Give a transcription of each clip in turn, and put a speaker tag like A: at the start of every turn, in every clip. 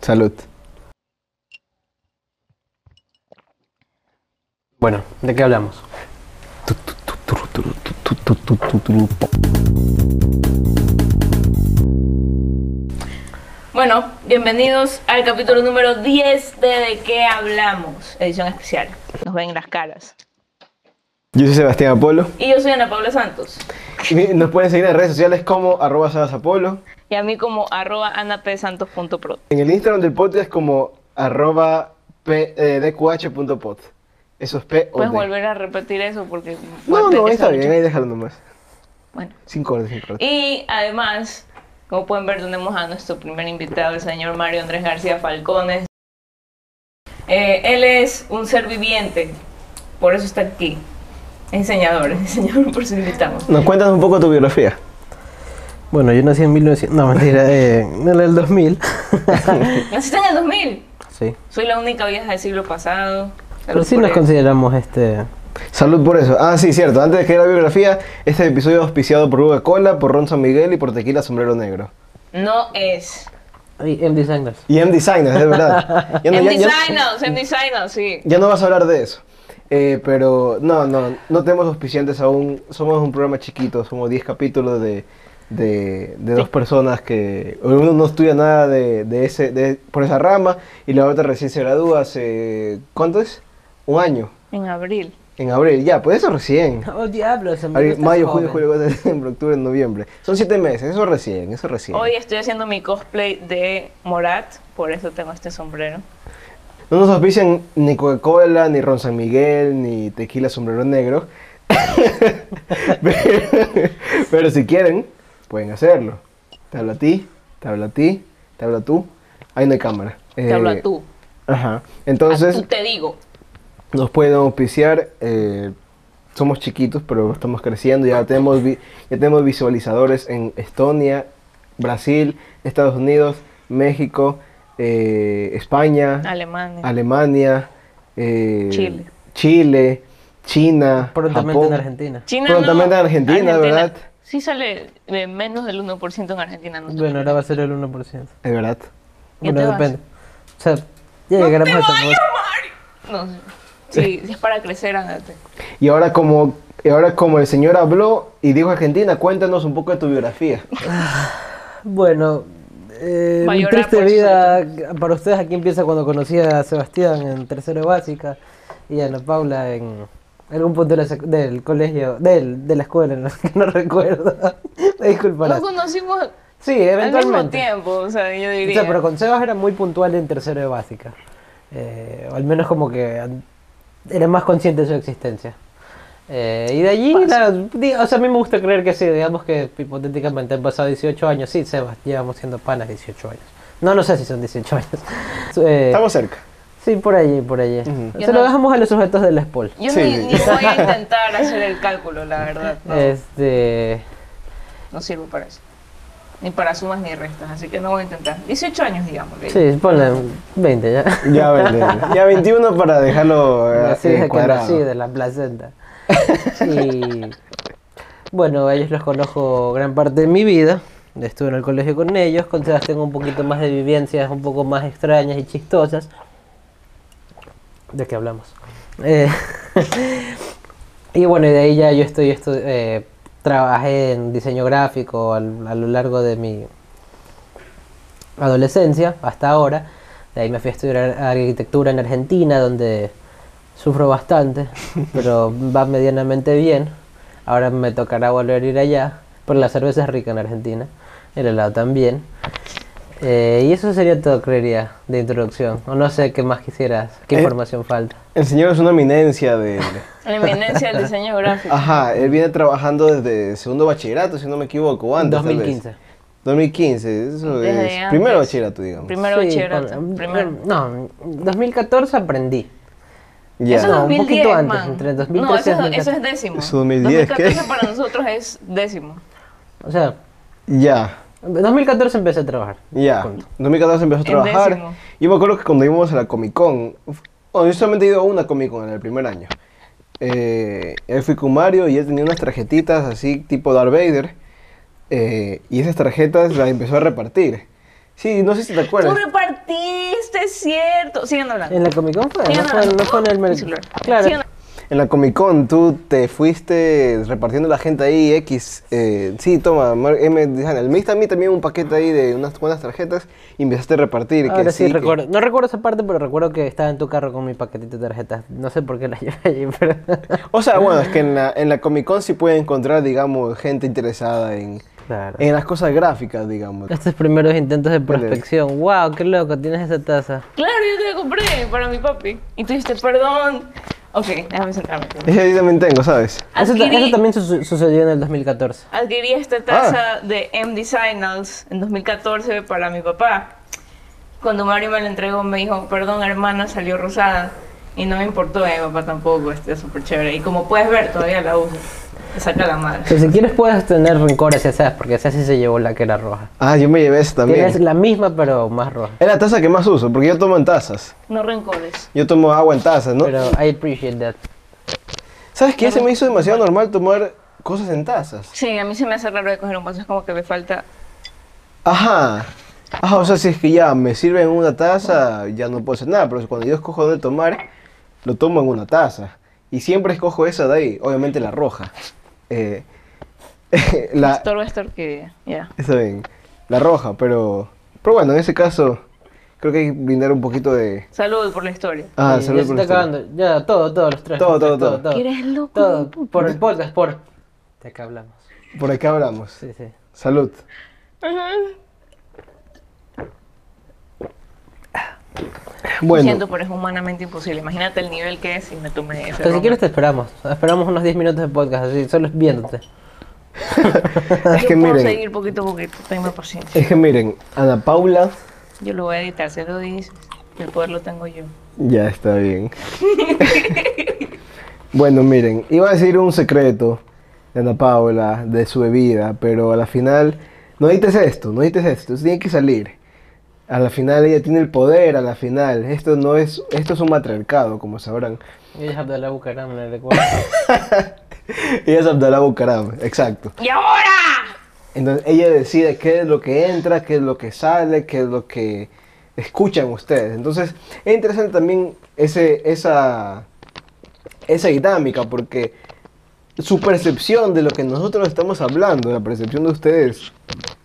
A: Salud.
B: Bueno, ¿de qué hablamos?
C: Bueno, bienvenidos al capítulo número 10 de De qué hablamos, edición especial. Nos ven las caras.
A: Yo soy Sebastián Apolo.
C: Y yo soy Ana Paula Santos.
A: Y Nos pueden seguir en redes sociales como arroba sabasapolo.
C: Y a mí como arroba anapsantos.pro.
A: En el Instagram del podcast como arroba p- eh, dqh.pod. Eso es P o
C: Puedes
A: D.
C: volver a repetir eso porque...
A: No, no,
C: esa
A: está
C: lucha.
A: bien, ahí déjalo nomás.
C: Bueno.
A: Sin cortes, sin cortes.
C: Y además, como pueden ver, tenemos a nuestro primer invitado, el señor Mario Andrés García Falcones. Eh, él es un ser viviente, por eso está aquí. Es diseñador, es diseñador, por eso lo invitamos.
A: Nos cuentas un poco tu biografía.
B: Bueno, yo nací en 1900. No, mentira, eh, en el 2000.
C: Naciste en el 2000.
B: sí.
C: Soy la única vieja del siglo pasado.
B: Pero sí
C: Salud
B: nos
C: por ello.
B: consideramos este.
A: Salud por eso. Ah, sí, cierto. Antes de que la biografía, este episodio es auspiciado por Coca-Cola, por Ron San Miguel y por Tequila Sombrero Negro.
C: No es.
B: Ay, MD Sanders.
A: Y M Designers, es verdad. Ya no-
C: En
A: ya- ya-
C: Designers, en Designers, sí.
A: Ya no vas a hablar de eso. Eh, pero no, no, no tenemos auspiciantes aún. Somos un programa chiquito, somos 10 capítulos de, de, de dos personas que uno no estudia nada de, de ese, de, por esa rama y la otra recién se gradúa hace, ¿cuánto es? Un año,
C: En abril.
A: en abril, ya, pues eso recién.
B: Oh, diablo, ese
A: Abril, mayo, junio, julio, agosto, septiembre, octubre, noviembre. Son 7 meses, eso recién, eso recién.
C: Hoy estoy haciendo mi cosplay de Morat, por eso tengo este sombrero.
A: No nos auspician ni Coca-Cola, ni Ron San Miguel, ni Tequila Sombrero Negro. pero, pero si quieren, pueden hacerlo. Te hablo a ti, te hablo a ti, te hablo a tú. Ahí no hay cámara.
C: Te hablo
A: Eh,
C: a tú.
A: Ajá.
C: a
A: Entonces,
C: tú te digo.
A: nos pueden auspiciar. eh, somos chiquitos, pero estamos creciendo. Ya tenemos, vi- ya tenemos visualizadores en Estonia, Brasil, Estados Unidos, México, eh, España,
C: Alemania.
A: Alemania, eh,
C: Chile.
A: Chile, China,
B: Prontamente
A: Japón.
B: en Argentina.
C: China
A: Prontamente en Argentina, ¿verdad?
C: Sí sale de menos del 1% en Argentina. No,
B: Bueno, ahora va a ser el 1%.
A: Es verdad.
C: Ya
B: Bueno,
C: te vas.
B: depende. O sea, ya llegaremos a esa
C: no sé. Sí, es para crecer, ándate.
A: Y ahora como, y ahora como el señor habló y dijo Argentina, cuéntanos un poco de tu biografía.
B: Bueno, eh,
C: Va a
B: mi
C: llorar
B: triste
C: por su
B: vida para ustedes aquí empieza cuando conocí a Sebastián en tercero de básica y a Ana Paula en algún punto de la sec- del colegio, del, de la escuela, no, no recuerdo. Me disculparás.
C: Nos conocimos
B: Sí,
C: al
B: eventualmente.
C: mismo tiempo, o sea, yo
B: O
C: diría.
B: sea, pero con Sebas era muy puntual en tercero de básica. Eh, o al menos como que an- era más consciente de su existencia. Eh, y de allí, nada, di- o sea, a mí me gusta creer que sí, digamos que hipotéticamente han pasado 18 años. Sí, Sebas, llevamos siendo panas 18 años. No, no sé si son 18 años. Eh,
A: Estamos cerca.
B: Sí, por allí, por allí.
A: Ujú.
C: Yo
B: Se lo
C: no-
B: dejamos a los sujetos del SPOL.
C: Yo
A: Sí.
C: ni, ni voy a intentar hacer el cálculo, la verdad. No,
B: Este.
C: no sirvo para eso. Ni para sumas ni restas, así que no voy a intentar. 18 años, digamos. que-
B: Sí, ponle 20 ya.
A: Ya, 20, ya 21 para dejarlo eh,
B: Así es
A: eh,
B: de que
A: cuadrado.
B: nací, de la placenta. Y bueno, a ellos los conozco gran parte de mi vida. Estuve en el colegio con ellos, con Sebas tengo un poquito más de vivencias un poco más extrañas y chistosas. ¿De qué hablamos? Eh, y bueno, y de ahí ya yo estoy, estu- eh, trabajé en diseño gráfico al- a lo largo de mi adolescencia hasta ahora. De ahí me fui a estudiar arquitectura en Argentina, donde sufro bastante, pero va medianamente bien. Ahora me tocará volver a ir allá, porque la cerveza es rica en Argentina, el helado también. Eh, y eso sería todo, creería, de introducción. O no sé qué más quisieras, qué
A: Eh,
B: información falta.
A: El señor es una eminencia de...
C: La eminencia del diseño gráfico.
A: Ajá, él viene trabajando desde segundo bachillerato, si no me equivoco, o antes tal vez.
B: 2015.
A: 2015, eso
C: Desde
A: es.
C: antes.
A: Primero bachillerato, digamos.
C: Primero
B: Sí,
C: bachillerato.
B: por-
C: primero.
B: No, 2014 aprendí.
A: Ya.
C: Eso es
B: No, un
C: 2010,
B: poquito antes,
C: man.
B: entre
C: No, eso,
B: 2013 y
C: es-
B: 2014.
C: eso es décimo.
A: Eso 2010, ¿qué?
C: 2014 para nosotros es décimo.
B: O sea,
A: Ya.
B: en 2014 empecé a trabajar.
A: Ya,
B: Punto.
A: 2014 empezó a
C: En
A: trabajar.
C: décimo.
A: Yo me acuerdo que cuando íbamos a la Comic Con, uf, bueno, yo solamente he ido a una Comic Con en el primer año. Eh, él fui con Mario y él tenía unas tarjetitas así tipo Darth Vader. eh, y esas tarjetas las empezó a repartir. Sí, no sé si te
C: Tú
A: acuerdas.
C: repartiste, es cierto. Sigan hablando.
B: En la Comic Con fue,
C: Sigan
B: no fue,
C: hablando.
B: no fue en el
C: Mi
B: mercado.
C: celular. Sigan
B: Claro,
A: En la Comic Con tú te fuiste repartiendo la gente ahí X. eh, sí, toma, Mar- M. Dizanel. Me diste a mí también un paquete ahí de unas cuantas tarjetas y empezaste a repartir. que
B: ahora sí,
A: que-
B: recuerdo. No recuerdo esa parte, pero recuerdo que estaba en tu carro con mi paquetito de tarjetas. No sé por qué la llevé allí, pero.
A: O sea, bueno, es que en la, en la Comic Con sí puede encontrar, digamos, gente interesada en,
B: Claro. Este
A: en las cosas gráficas, digamos.
B: Eh, Estos primeros intentos de prospección. ¡Wow! ¡Qué loco! Tienes esa taza.
C: Claro, yo te la compré para mi papi. Y tú dijiste, perdón. Ok, déjame sentarme.
A: Ese yo también tengo, ¿sabes?
B: Eso, ta-
C: Adquirí,
B: eso también su- sucedió en el 2014.
C: adquirí
A: Ah.
C: esta taza de M Designals en 2014 para mi papá. Cuando Mario me la entregó, me dijo, perdón, hermana, salió rosada. Y no me importó, eh, papá tampoco, está súper chévere. Y como puedes ver, todavía la uso. Me saca la madre.
B: Que si quieres puedes tener rencor hacia Seas, porque Seas sí se llevó la que era roja.
A: Ah, yo me llevé esa también.
B: Tienes la misma, pero más roja.
A: Es la taza que más uso, porque yo tomo en tazas.
C: No rencores.
A: Yo tomo agua en tazas, ¿no?
B: Pero I appreciate that.
A: ¿Sabes qué? Se me hizo demasiado normal tomar cosas en tazas.
C: Sí, a mí se me hace raro de coger un vaso, es como que me falta...
A: Ajá. Ajá, o sea, si es que ya me sirven en una taza, ya no puedo hacer nada. Pero cuando yo escojo dónde tomar, lo tomo en una taza. Y siempre escojo esa de ahí, obviamente la roja. Eh, la,
C: Estorba, estorba, que ya.
A: Está bien. La roja, pero. Pero bueno, en ese caso, creo que hay que brindar un poquito de.
C: Salud por la historia.
A: Ah,
B: Eh,
A: salud
B: ya se
A: por
B: está
A: esto.
B: acabando. Ya, todo, todos los tres.
A: Todo,
B: los tres,
A: todo, todo.
C: Eres loco,
B: Todo.
C: puta.
B: Por el podcast, por. De acá hablamos.
A: Por acá hablamos.
B: Sí, sí.
A: Salud.
C: Lo
A: Bueno,
C: siento, pero es humanamente imposible. Imagínate el nivel que es y me tomé ese.
B: Entonces,
C: ron.
B: si quieres, te esperamos. Esperamos unos 10 minutos de podcast, así, solo viéndote.
A: es que
C: Yo puedo
A: miren,
C: seguir poquito a poquito, tenme paciencia.
A: es que miren, Ana Paula.
C: Yo lo voy a editar, se lo dices. El poder lo tengo yo.
A: Ya está bien. bueno, miren, iba a decir un secreto de Ana Paula, de su bebida, pero a la final, no dices esto, no dices esto, esto tiene que salir. A la final ella tiene el poder, a la final. Esto no es, esto es un matriarcado, como sabrán.
B: Ella es Abdalá Bucaram, le recuerdo.
A: Ella es Abdalá Bucaram, exacto.
C: ¡Y ahora!
A: Entonces ella decide qué es lo que entra, qué es lo que sale, qué es lo que escuchan ustedes. Entonces es interesante también ese, esa, esa dinámica porque su percepción de lo que nosotros estamos hablando, la percepción de ustedes,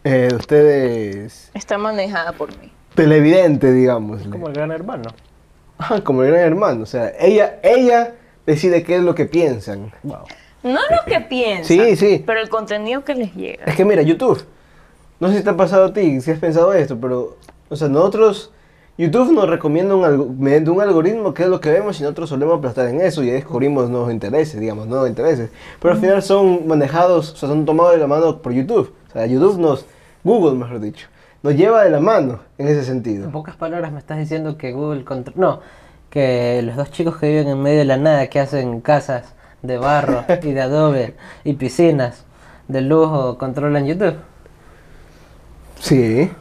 A: eh, de ustedes
C: Está manejada por mí.
A: televidente, digamos.
B: Como el gran hermano.
A: Como el gran hermano. O sea, ella, ella decide qué es lo que piensan.
B: Wow.
C: No lo que piensan,
A: Sí, sí.
C: pero el contenido que les llega.
A: Es que mira, YouTube. No sé si te ha pasado a ti, si has pensado esto, pero. O sea, nosotros. YouTube nos recomienda un, alg- mediante un algoritmo que es lo que vemos y nosotros solemos aplastar en eso y ahí descubrimos nuevos intereses, digamos, nuevos intereses. Pero al final son manejados, o sea, son tomados de la mano por YouTube. O sea, YouTube nos. Google, mejor dicho. Nos lleva de la mano en ese
B: En
A: sentido.
B: pocas palabras me estás diciendo que Google contro- No, que los dos chicos que viven en medio de la nada, que hacen casas de barro y de adobe y piscinas de lujo, controlan YouTube.
A: Sí.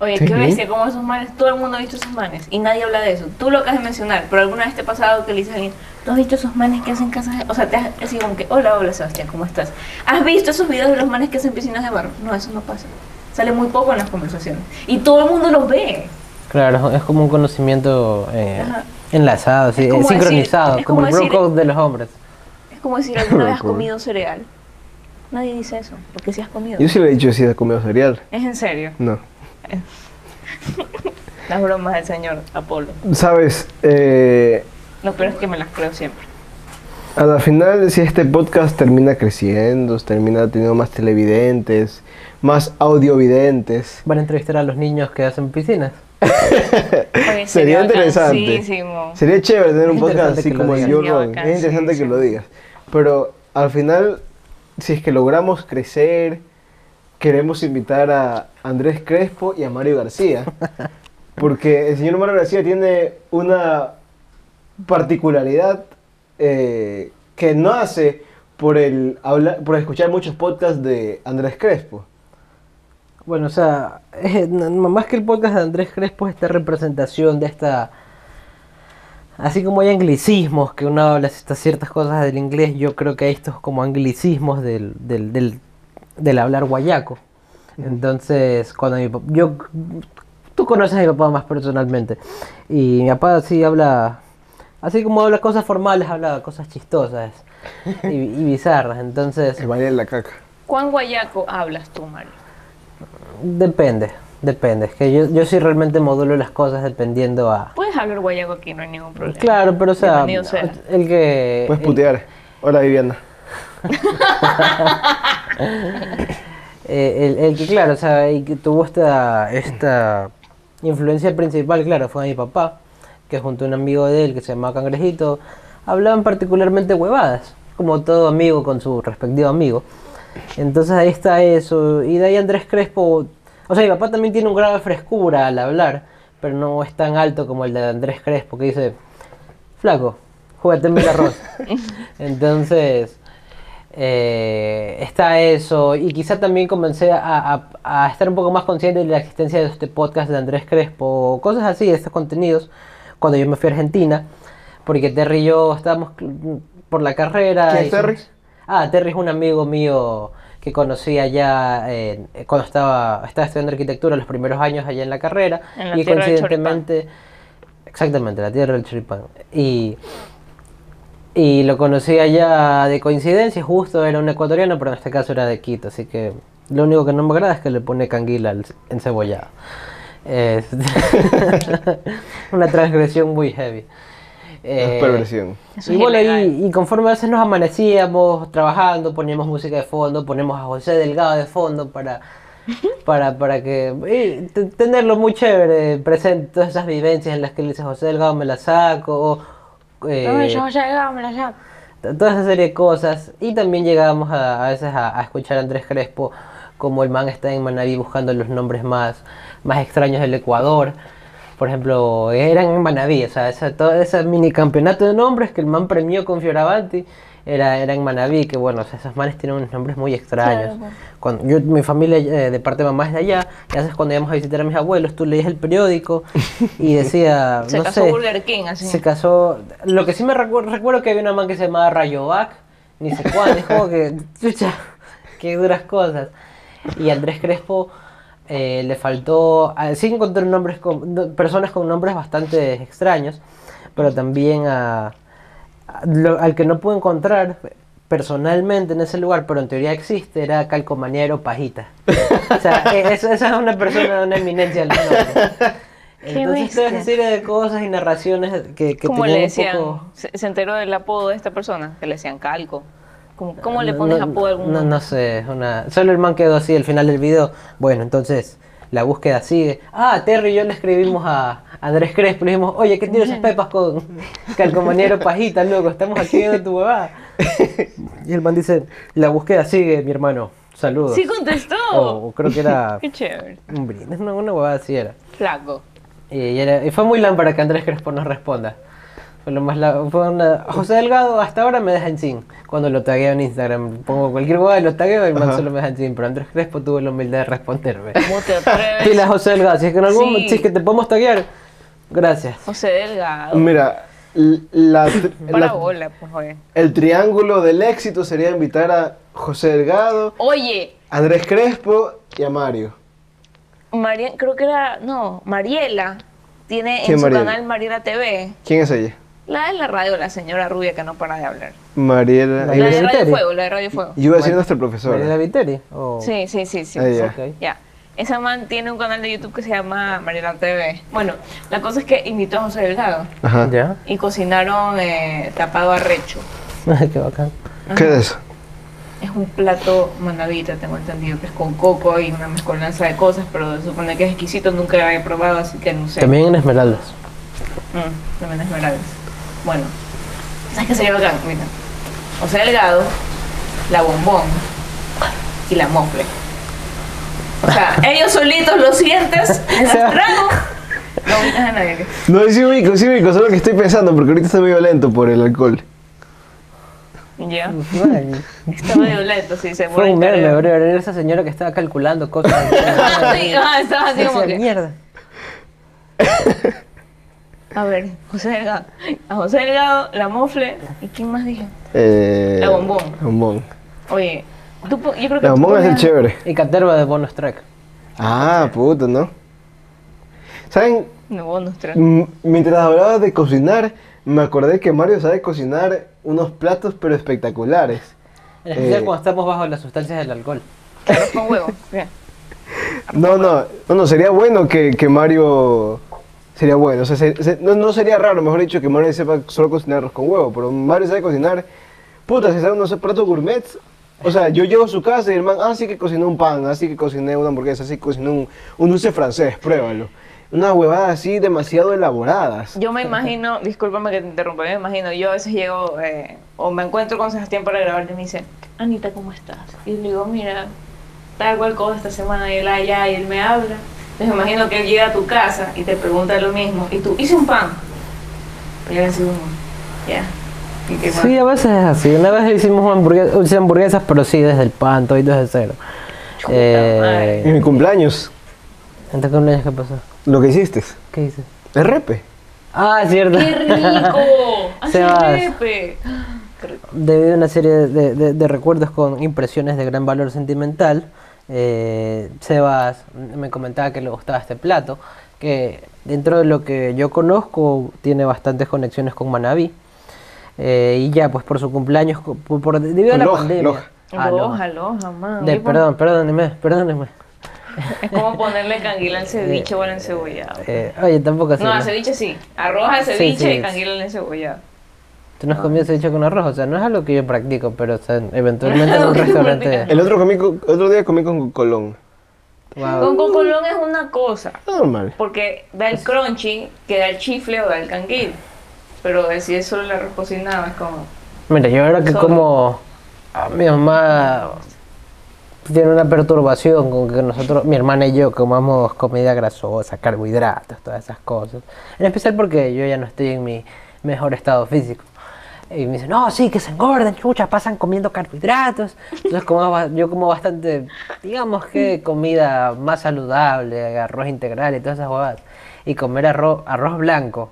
C: Oye,
A: Sí.
C: qué bestia, como esos manes, todo el mundo ha visto esos manes y nadie habla de eso. Tú lo acabas de mencionar, pero alguna vez te ha pasado que le dices a alguien, ¿tú has visto esos manes que hacen casas? de-?" O sea, te has así como que, hola, hola Sebastián, ¿cómo estás? ¿Has visto esos videos de los manes que hacen piscinas de barro? No, eso no pasa. Sale muy poco en las conversaciones. Y todo el mundo los ve.
B: Claro, es como un conocimiento eh,
C: Ajá.
B: enlazado, sí,
C: Es
B: eh,
C: como decir-
B: sincronizado,
C: es
B: como,
C: como
B: el bro
C: decir-
B: code de los hombres.
C: Es como decir, ¿alguna vez has
A: Recuerdo.
C: comido cereal? Nadie dice eso, porque si has comido.
A: Yo sí le he dicho si he comido cereal.
C: Es en serio,
A: No.
C: las bromas del señor Apolo.
A: Sabes, eh.
C: Lo peor es que me las creo siempre.
A: A la final, si este podcast termina creciendo, termina teniendo más televidentes, más audiovidentes,
B: Van a entrevistar a los niños que hacen piscinas.
C: Oye,
A: Sería interesante.
C: bacanísimo.
A: sería chévere tener un
B: Es
A: podcast
B: interesante
A: así
B: que lo
A: como el
B: digas.
A: Joe
C: Sería
A: Rogan.
C: bacán,
A: Es interesante
C: sí,
A: que
C: sí.
A: lo digas. Pero al final, si es que logramos crecer, queremos invitar a Andrés Crespo y a Mario García. Porque el señor Mario García tiene una particularidad eh, que no hace por, el habla- por escuchar muchos podcasts de Andrés Crespo.
B: Bueno, o sea, eh, no- no- más que el podcast de Andrés Crespo, esta representación de esta. Así como hay anglicismos, que uno habla estas ciertas cosas del inglés, yo creo que hay estos como anglicismos del, del, del, del hablar guayaco. Entonces, cuando mi papá. Yo, tú conoces a mi papá más personalmente. Y mi papá sí habla. Así como habla cosas formales, habla cosas chistosas y, y bizarras. Entonces,
A: El baile de la caca.
C: ¿Cuán guayaco hablas tú, Mario?
B: depende. Depende. Es que yo, yo sí realmente modulo las cosas dependiendo a.
C: Puedes hablar guayaco aquí, no hay ningún problema.
B: Claro, pero o sea.
C: Bienvenido sea.
B: El que.
A: Eh, Puedes
B: el-
A: putear. Hola, Viviana.
B: Eh, el, el que, claro, o sea, y que tuvo esta, esta influencia principal, claro, fue mi papá, que junto a un amigo de él que se llamaba Cangrejito, hablaban particularmente huevadas, como todo amigo con su respectivo amigo. Entonces ahí está eso. Y de ahí Andrés Crespo, o sea, mi papá también tiene un grado de frescura al hablar, pero no es tan alto como el de Andrés Crespo, que dice, flaco, júgate en arroz. Entonces, eh, está eso. Y quizá también comencé a, a- a estar un poco más consciente de la existencia de este podcast de Andrés Crespo, cosas así, de estos contenidos, cuando yo me fui a Argentina, porque Terry y yo estábamos cl- por la carrera.
A: ¿Quién es
B: y-
A: Terry?
B: Ah, Terry es un amigo mío que conocí allá en- eh, cuando estaba, estaba estudiando arquitectura los primeros años allá en la carrera.
C: En la
B: y
C: tierra del choripán.
B: coincidentemente, exactamente, la tierra del choripán. Y, y lo conocí allá de coincidencia, justo era un ecuatoriano, pero en este caso era de Quito, así que lo único que no me agrada es que le pone canguila al encebollado. Es una transgresión muy heavy.
A: Es
B: Eh,
A: perversión.
C: Eso
B: y
C: es
B: bueno,
C: ilegal.
B: y, y conforme a veces nos amanecíamos trabajando, poníamos música de fondo, ponemos a José Delgado de fondo para, para, para que y te- tenerlo muy chévere, presente todas esas vivencias en las que le dice José Delgado me la saco, o, eh,
C: No, yo ya llegaba, me la llamo.
B: t- toda esa serie de cosas. Y también llegábamos a, a veces a, a escuchar a Andrés Crespo, como el man está en Manaví buscando los nombres más, más extraños del Ecuador. Por ejemplo, eran en Manaví, o sea, esa- todo ese mini campeonato de nombres que el man premió con Fioravanti era, era en Manaví, que bueno, o sea, esos manes tienen unos nombres muy extraños.
C: Claro.
B: Cuando yo, mi familia eh, de parte de mamá es de allá, y haces cuando íbamos a visitar a mis abuelos, tú leías el periódico y decía,
C: Se
B: no
C: casó
B: sé,
C: Burger King, así.
B: se casó. Lo que sí me recu- recuerdo que había una man que se llamaba Rayovac, ni sé cuál, es como que. Chucha, qué duras cosas. Y Andrés Crespo eh, le faltó. a- Sí encontré nombres con, no- personas con nombres bastante extraños, pero también a, a lo- al que no pude encontrar personalmente en ese lugar, pero en teoría existe, era Calcomanero Pajita. O sea, e- esa, esa es una persona de una eminencia del nombre. Entonces, toda esa
C: bestia.
B: serie de cosas y narraciones que, que
C: ¿Cómo
B: tenían
C: le
B: un
C: decían?
B: poco-
C: Se, se enteró del apodo de esta persona, que le decían calco. ¿Cómo, cómo le pones
B: no,
C: apodo a algún
B: No, no sé, es una... solo el man quedó así al final del video. Bueno, entonces la búsqueda sigue. Ah, Terry y yo le escribimos a Andrés Crespo, le dijimos, oye, ¿qué tienes esas pepas con calcomanero pajita, loco? Estamos aquí viendo tu huevada. Y el man dice, la búsqueda sigue, mi hermano, saludos.
C: Sí contestó.
B: O creo que era
C: Qué chévere.
B: un brindis, no, una huevada así era.
C: Flaco.
B: Y, Eh, y era- y fue muy lámpara que Andrés Crespo nos responda. Fue lo más la- fue una- José Delgado hasta ahora me deja en sin. Cuando lo tagueo en Instagram, pongo cualquier hueá y lo tagueo y el man
A: Ajá.
B: solo me deja en sin. Pero Andrés Crespo tuvo la humildad de responderme.
C: ¿Cómo te atreves?
B: Pila José Delgado, si es que en algún
C: Sí.
B: si es que te podemos taguear, gracias.
C: José Delgado.
A: Mira, l- la, tri-
C: Para
A: la-
C: bola, pues, oye.
A: el triángulo del éxito sería invitar a José Delgado,
C: Oye,
A: Andrés Crespo y a Mario.
C: María, creo que era, no, Mariela, tiene
A: ¿Quién
C: en su
A: Mariela?
C: canal Mariela TV,
A: ¿Quién es ella?
C: la de la radio, la señora rubia que no para de hablar.
A: Mariela.
B: La
C: La
B: Ahí
C: de
B: ves.
C: Radio
B: Viteri.
C: Fuego, la de Radio Fuego.
A: Yo iba a decir
B: Mar-
A: nuestra profesora.
B: Mariela Viteri. o-
C: Sí, sí, sí, sí.
A: Ahí Ah, ya.
C: Ok. Ya. Esa man tiene un canal de YouTube que se llama Mariela TV. Bueno, la cosa es que invitó a José Delgado
A: Ajá.
B: ¿Ya?
C: y cocinaron eh, tapado arrecho.
B: Qué bacán.
A: ¿Qué es eso?
C: Es un plato manavita, tengo entendido, que es con coco y una mezcolanza de cosas, pero se supone que es exquisito, nunca lo había probado, así que no sé.
B: También en Esmeraldas.
C: Mm, también esmeraldas. Bueno, ¿sabes qué sería bacán? Mira, José Delgado, la bombón y la mofle. O sea, ellos solitos los sientes, les trago, no ubicas a nadie.
A: No, sí ubico, sí ubico, solo que estoy pensando porque ahorita estoy medio lento por el alcohol.
C: Ya,
B: Bueno,
C: está medio violento, sí, se muere.
B: Fue un meme, bro. Era esa señora que estaba calculando cosas.
C: Ah, estaba así como
B: Decía,
C: que.
B: mierda.
C: A ver, José Delgado. A José Delgado, la mofle, ¿y quién más dije?
A: Eh,
C: La bombón.
A: Bombón.
C: Oye, tú, po- yo creo que.
A: La
C: tú
A: bombón es el
C: podrías-
A: chévere.
B: Y Caterva de bonus track.
A: Ah, puta, ¿no? ¿Saben?
C: No, vos nos traes.
A: M- Mientras hablabas de cocinar, me acordé que Mario sabe cocinar unos platos pero espectaculares.
B: En especial
A: Eh,
B: cuando estamos bajo las sustancias del alcohol.
C: Arroz con huevo. mira.
A: No, no, no, no, sería bueno que, que Mario... Sería bueno, o sea, se- se- no, no sería raro, mejor dicho, que Mario sepa solo cocinar arroz con huevo, pero Mario sabe cocinar, puta, se sabe unos platos gourmets. O sea, yo llego a su casa y el man, ah, sí que cociné un pan, así que cociné una hamburguesa, así que cociné un, un dulce francés, pruébalo. Unas huevadas así demasiado elaboradas.
C: Yo me imagino, discúlpame que te interrumpa, yo me imagino, yo a veces llego eh, o me encuentro con Sebastián para grabar y me dice, Anita, ¿cómo estás? Y le digo, mira, tal cual cosa esta semana, y él allá, y él me habla. Entonces me imagino que él llega a tu casa y te pregunta lo mismo, y tú, hice un pan. Y yo le digo, ya. ¿Y qué más?
B: Sí, a veces es así. Una vez hicimos hamburguesas, hice hamburguesas, pero sí desde el pan, todo desde cero.
C: Chuta
B: Eh,
A: En mi cumpleaños,
B: ¿En tu cumpleaños qué pasó?
A: lo que hiciste,
B: ¿Qué hice?
A: el repe.
B: Ah, es cierto.
C: ¡Qué rico! ¡Hace
B: Sebas.
C: repe! Qué rico.
B: Debido a una serie de, de- de recuerdos con impresiones de gran valor sentimental, eh, Sebas me comentaba que le gustaba este plato, que dentro de lo que yo conozco tiene bastantes conexiones con Manabí. Eh, y ya, pues por su cumpleaños, co- por, por- debido a la
A: Loja,
B: pandemia.
A: Loja.
B: Ah,
C: Aloha,
B: Loja.
C: aloha, man.
B: De-
C: Oye, pon-
B: perdón, perdónenme, perdónenme.
C: Es como ponerle canguila al ceviche o al encebollado.
B: Eh, oye, tampoco así.
C: No,
B: ¿no?
C: al ceviche sí. Arroz al
B: Sí,
C: ceviche
B: sí,
C: y canguila al encebollado.
B: Tú no has comido ceviche con arroz, o sea, no es algo que yo practico, pero o sea, eventualmente en un
C: Algo que tú
B: restaurante.
A: El otro, comí con- otro día comí con Colón.
B: Wow.
C: Con cocolón es una cosa,
A: Normal.
C: porque da
B: Pues
C: el crunchy que da el chifle o da el canguil. Pero si es solo el arroz cocinado, es como.
B: Mira, yo ahora que
C: Solo.
B: como a mi mamá tiene una perturbación con que nosotros, mi hermana y yo, comamos comida grasosa, carbohidratos, todas esas cosas. En especial porque yo ya no estoy en mi mejor estado físico. Y me dicen, no, sí, que se engordan, chuchas, pasan comiendo carbohidratos. Entonces como, ba- yo como bastante, digamos que comida más saludable, arroz integral y todas esas huevadas. Y comer arroz, arroz blanco,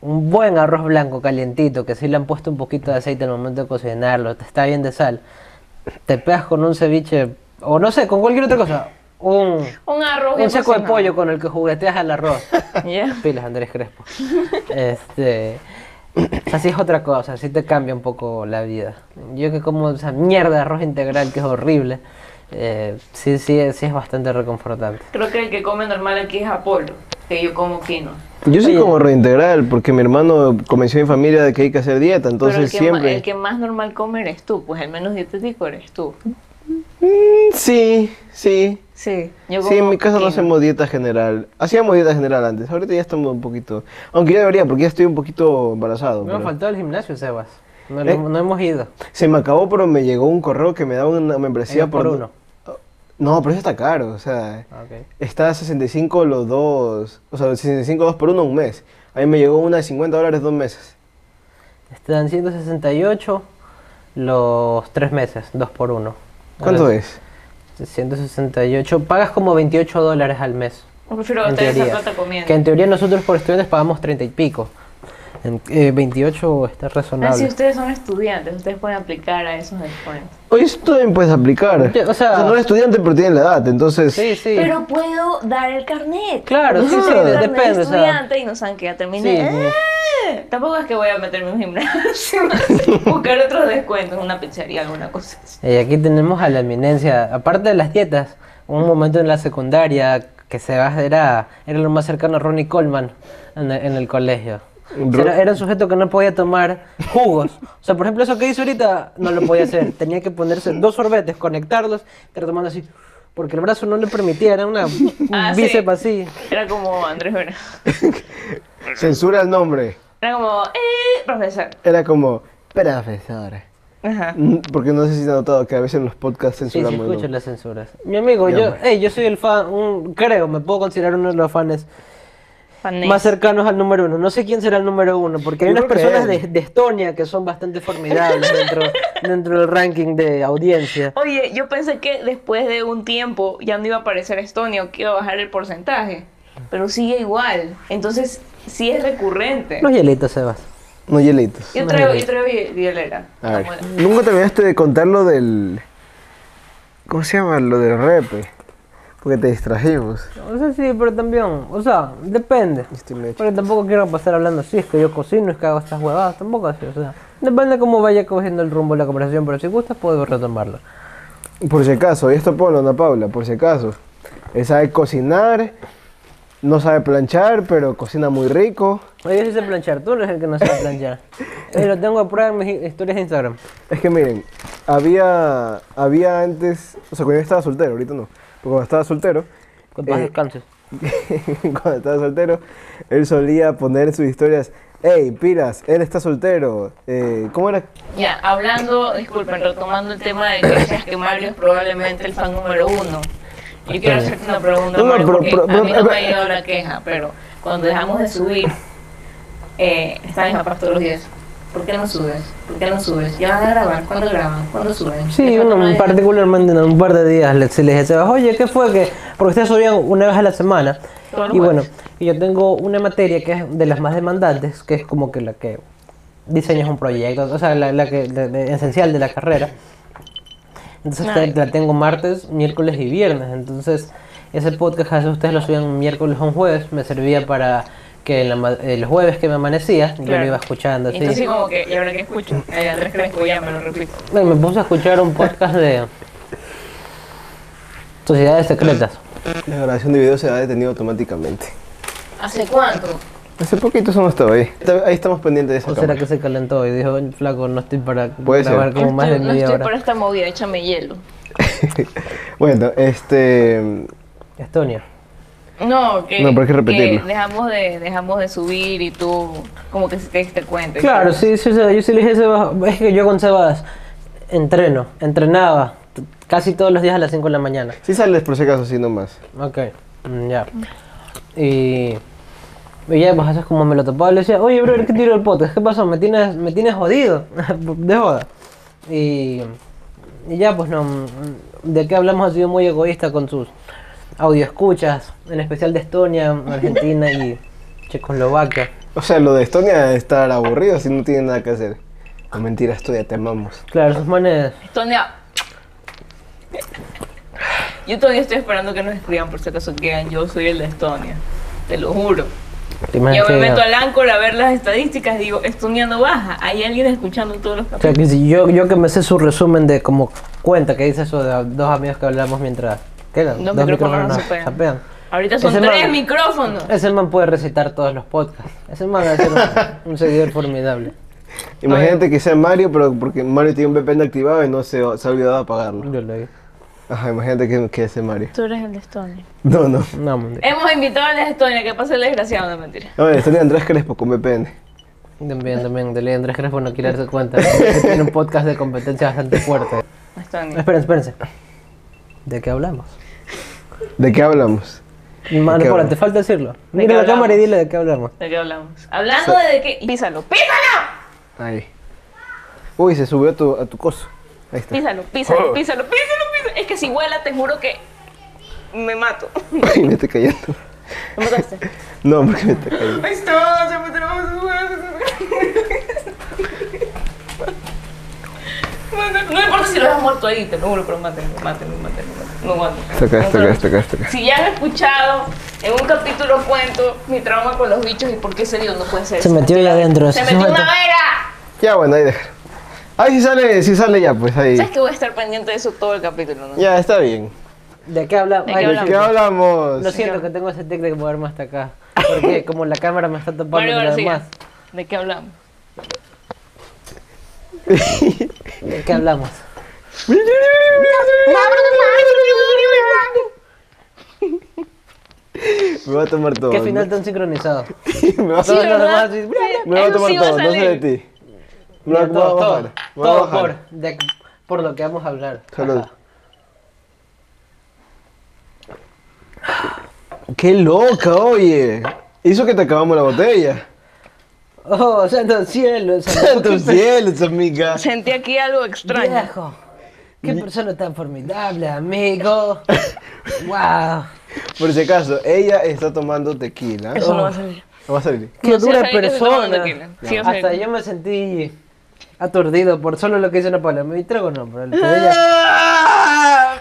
B: un buen arroz blanco calientito, que si le han puesto un poquito de aceite al momento de cocinarlo, te está bien de sal. Te pegas con un ceviche, o no sé, con cualquier otra cosa. Un,
C: Un arroz.
B: un
C: bien
B: seco de
C: cocinado.
B: pollo con el que jugueteas al arroz.
C: Ya.
B: Pilas, Andrés Crespo. Este. Así es otra cosa, así te cambia un poco la vida. Yo que como esa mierda de arroz integral que es horrible, eh, sí, sí, sí es bastante reconfortante.
C: Creo que el que come normal aquí es Apolo, que yo como quinoa.
A: Yo sí
B: Oye.
A: como reintegral, porque mi hermano convenció a mi familia de que hay que hacer dieta,
C: Pero
A: entonces
C: el que, ma-
A: siempre...
C: el que más normal come eres tú, pues el menos dietético eres tú.
A: Mm, sí, sí.
C: Sí, yo
A: Sí, en
C: como
A: mi casa no
C: quinoa.
A: hacemos dieta general. Hacíamos dieta general antes, ahorita ya estamos un poquito... Aunque ya debería, porque ya estoy un poquito embarazado.
B: Me ha
A: pero-
B: faltado el gimnasio, Sebas. No,
A: Eh.
B: no hemos ido.
A: Se me acabó, pero me llegó un correo que me daba una membresía
B: Ellos por
A: do-
B: uno.
A: No, pero eso está caro, o sea...
B: Ah,
A: Está a 65 los dos, o sea, 65 dos por uno un mes. A mí me llegó una de 50 dólares dos meses.
B: Están 168 los tres meses, dos por uno.
A: ¿Cuánto
B: Ahora,
A: es?
B: 168, pagas como 28 dólares al mes.
C: Prefiero
B: en
C: gastar esa
B: teoría.
C: plata comiendo. Ah,
B: Que en teoría nosotros por estudiantes pagamos 30 y pico. En- eh, 28 está
C: Ah, si
B: razonable.
C: ustedes son estudiantes, ustedes pueden aplicar a esos descuentos.
A: Oye, esto también puedes aplicar.
B: Yo- o sea-
A: no eres estudiante, pero tienes la edad, entonces...
B: Sí, sí.
C: Pero puedo dar el carnet.
B: Claro, sí,
A: Ah.
B: sí,
A: Pero
B: de-
A: no
C: Carnet de
B: depende. o sea,
C: estudiante y no saben que ya terminé.
B: Sí, sí.
C: ¡Eh! Tampoco es que voy a meterme en un gimnasio. Buscar otros descuentos, una pizzería, alguna cosa así.
B: Y Eh, aquí tenemos a la eminencia, aparte de las dietas, un momento en la secundaria que se va era, era lo más cercano a Ronnie Coleman en el, en el colegio. O sea, Era, era un sujeto que no podía tomar jugos. O sea, por ejemplo, eso que hizo ahorita no lo podía hacer. Tenía que ponerse dos sorbetes, conectarlos, estar tomando así. Porque el brazo no le permitía, era una
C: Ah, sí.
B: bíceps así.
C: Era como Andrés Vera.
A: Censura el nombre.
C: Era como, eh, profesor.
A: Era como, profesora.
C: Ajá.
A: Mm, Porque no sé si te has notado que a veces en los podcasts
B: Sí, sí,
A: censuramos. el
B: escucho
A: nombre.
B: las censuras. Mi amigo,
A: Ya,
B: yo, eh,
A: pues.
B: hey, yo soy el fan, un- creo, me puedo considerar uno de los fans
C: Fanés.
B: más cercanos al número uno. No sé quién será el número uno, porque hay
A: Yo
B: unas
A: creo que
B: personas de,
A: él.
B: de Estonia que son bastante formidables dentro, dentro del ranking de audiencia.
C: Oye, yo pensé que después de un tiempo ya no iba a aparecer Estonia o que iba a bajar el porcentaje. Pero sigue igual. Entonces, sí es recurrente.
B: Los hielitos, Sebas.
A: No, hielitos.
C: Yo traigo, yo traigo vi- violera.
A: A ver.
C: Como-
A: Nunca terminaste de contar lo del... ¿Cómo se llama? Lo del repe. eh, Porque te distrajimos. Este
B: O sea, sí, pero también, o sea, depende.
A: Estoy medio
B: Porque tampoco quiero pasar hablando así, es que yo cocino, es que hago estas huevadas, tampoco así, o sea. Depende cómo vaya cogiendo el rumbo de la conversación, pero si gustas puedo retomarlo.
A: ch- Por si acaso, y esto ponlo, Ana Paula, por si acaso. Él sabe cocinar, no sabe planchar, pero cocina muy rico.
B: Oye, Yo sí sé planchar, tú eres el que no sabe planchar. Y lo tengo a prueba en mis historias de Instagram.
A: Es que miren, había, había antes, o sea, cuando yo estaba soltero, ahorita no, pero cuando estaba soltero,
B: Con paz
A: Eh,
B: descanses.
A: cuando estaba soltero, él solía poner en sus historias, hey, pilas, él está soltero. Eh, ¿Cómo era?
C: Ya, hablando, disculpen, retomando el tema de que decías que Mario es probablemente el fan número uno. Yo quiero hacerte una pregunta,
A: No, no,
C: Mario,
A: pero-
C: porque
A: pero-
C: a mí
A: pero-
C: no me ha llegado la queja, pero cuando dejamos de subir, eh, esta misma parte todos los días. ¿Por qué no subes? ¿Por qué no subes? Ya van a grabar, ¿cuándo graban? ¿Cuándo suben?
B: Sí,
C: Después
B: uno,
C: no me-
B: particularmente en un par de días le, se les decía, oye, ¿qué fue que? Porque ustedes subían una vez a la semana.
C: Todos los
B: Y bueno,
C: jueves.
B: y yo tengo una materia que es de las más demandantes, que es como que la que diseñas un proyecto, o sea, la, la que la- la esencial de la carrera. Entonces te-
C: Nice.
B: la tengo martes, miércoles y viernes. Entonces ese podcast a veces ustedes lo subían un miércoles o un jueves. Me servía para que en la ma- el jueves que me amanecía, yo lo
C: Claro.
B: iba escuchando. así.
C: Entonces como que, y ahora que escucho, eh, Andrés Crespo ya me lo repito.
B: Ey, me puse a escuchar un podcast de Sociedades Secretas.
A: La grabación de video se ha detenido automáticamente.
C: ¿Hace cuánto?
A: Hace poquito eso no estaba ahí. Está- Ahí estamos pendientes de esa
B: ¿O será
A: cámara.
B: que se calentó y dijo, flaco, no estoy para
A: Puede ser.
B: grabar como
C: no
B: más
C: estoy,
B: de
C: no
B: media
C: estoy
B: hora?
C: para esta movida, échame hielo.
A: Bueno, este...
B: Estonia.
C: No, que,
A: No, pero hay que repetirlo.
C: que dejamos de dejamos de subir y tú como que te diste cuenta.
B: Claro, sí, sí, o sea, yo sí le dije a Sebas, es que yo con Sebas entreno, entrenaba t- casi todos los días a las 5 de la mañana.
A: Sí sales por si acaso así nomás.
B: Ok, mm, ya. Y, y ya, pues eso es como me lo topaba. Le decía, oye, bro, ¿qué tiro el podcast? ¿Qué pasó? Me tienes, me tienes jodido. de joda. Y, y ya, pues no. mm, ¿De qué hablamos? Ha sido muy egoísta con sus audio escuchas, en especial de Estonia, Argentina y Checoslovaquia.
A: O sea, lo de Estonia debe estar aburrido si no tiene nada que hacer. No, mentira, Estonia, te amamos.
B: Claro, sus manes.
C: Estonia. Yo todavía estoy esperando que nos escriban por si acaso quedan. Yo soy el de Estonia. Te lo juro. Yo
B: te imaginas
C: me
B: que-
C: meto al Anchor a ver las estadísticas, digo, Estonia no baja. Hay alguien escuchando todos los
B: O sea,
C: capítulos.
B: que si yo, yo que me sé su resumen de como cuenta que dice eso de dos amigos que hablamos mientras. ¿Qué era?
C: Dos micrófonos no se pegan.
B: pegan.
C: Ahorita son
B: Ese
C: tres
B: man-
C: micrófonos.
B: Ese man puede recitar todos los podcasts. Ese man va a ser un, un seguidor formidable.
A: Imagínate que sea Mario, pero porque Mario tiene un VPN activado y no se, se ha olvidado de apagarlo.
B: Yo lo digo.
A: Ajá, imagínate que, que sea Mario.
C: Tú eres el de Estonia.
A: No, no.
B: No, mentira.
C: Hemos invitado al de Estonia, que pase el desgraciado, no mentira.
A: No, Estonia Andrés Crespo con VPN.
B: También, también. De ley Andrés Crespo no quiere darse cuenta. porque Tiene un podcast de competencia bastante fuerte.
C: Estonia.
B: Espérense, espérense. ¿De qué hablamos?
A: ¿De qué hablamos?
B: Mano,
A: qué
B: por
A: hablamos?
B: te falta decirlo.
C: qué
B: Mira la
C: hablamos?
B: cámara y dile de qué hablamos.
C: ¿De qué hablamos? Hablando de que. Písalo, písalo.
A: Ahí. Uy, se subió a tu, a tu coso. Ahí está.
C: Písalo, písalo, písalo, písalo, písalo. Es que si vuela, te juro que me mato.
A: Ay, me estoy cayendo.
C: Me mataste.
A: No, porque me está cayendo.
C: Ahí está, se me trabó Bueno, No importa si lo has muerto ahí, te lo juro, pero mátenlo, mátenlo, mátenlo. mátenlo. No aguanto.
A: Está acá, está acá, está acá, está acá.
C: Si ya han escuchado, en un capítulo cuento mi trauma con los bichos y por qué ese dios no puede ser.
B: Se metió ahí adentro.
C: Se
B: ese
C: metió una
B: sujeto.
C: vera.
A: Ya, bueno, ahí deja. Ahí sí sale, sí sale ya, pues ahí.
C: ¿Sabes que voy a estar pendiente de eso todo el capítulo? ¿no?
A: Ya, está bien.
B: ¿De qué hablamos?
C: ¿De
B: Ay,
C: qué
A: ¿De qué hablamos?
B: Lo siento que tengo ese tic de moverme hasta acá. Porque como la cámara me está tapando
C: Mario
B: lo
C: García,
B: demás.
C: ¿de qué hablamos?
B: ¿De qué hablamos?
A: Me va a tomar todo.
B: ¿Qué final tan sincronizado?
A: Me va a
B: Todos
A: tomar,
B: los
C: ¿verdad?
B: demás así, bla, bla.
A: me va a tomar
C: Sí, va a
A: todo, no sé
C: salir.
A: de ti. Me va- me va a
B: todo, todo,
A: bajar. me va a
B: todo
A: bajar.
B: por, de- por lo que vamos a hablar.
A: Salud.
B: Ajá.
A: Qué loca, oye. Hizo que te acabamos la botella.
B: Oh, santo cielo, santo
A: Santos cielos, amiga.
C: Sentí aquí algo extraño.
B: viejo. Qué persona tan formidable, amigo. wow.
A: Por si acaso, ella está tomando tequila.
C: Eso no va a salir.
A: No va a salir.
B: Qué
C: No, sí,
B: dura
C: sabía que se tomaba tequila.
B: persona.
C: Sí, sabía.
B: Hasta yo me sentí aturdido por solo lo que hizo Napoleón. Mi trago no, pero el de ella.
A: Ah,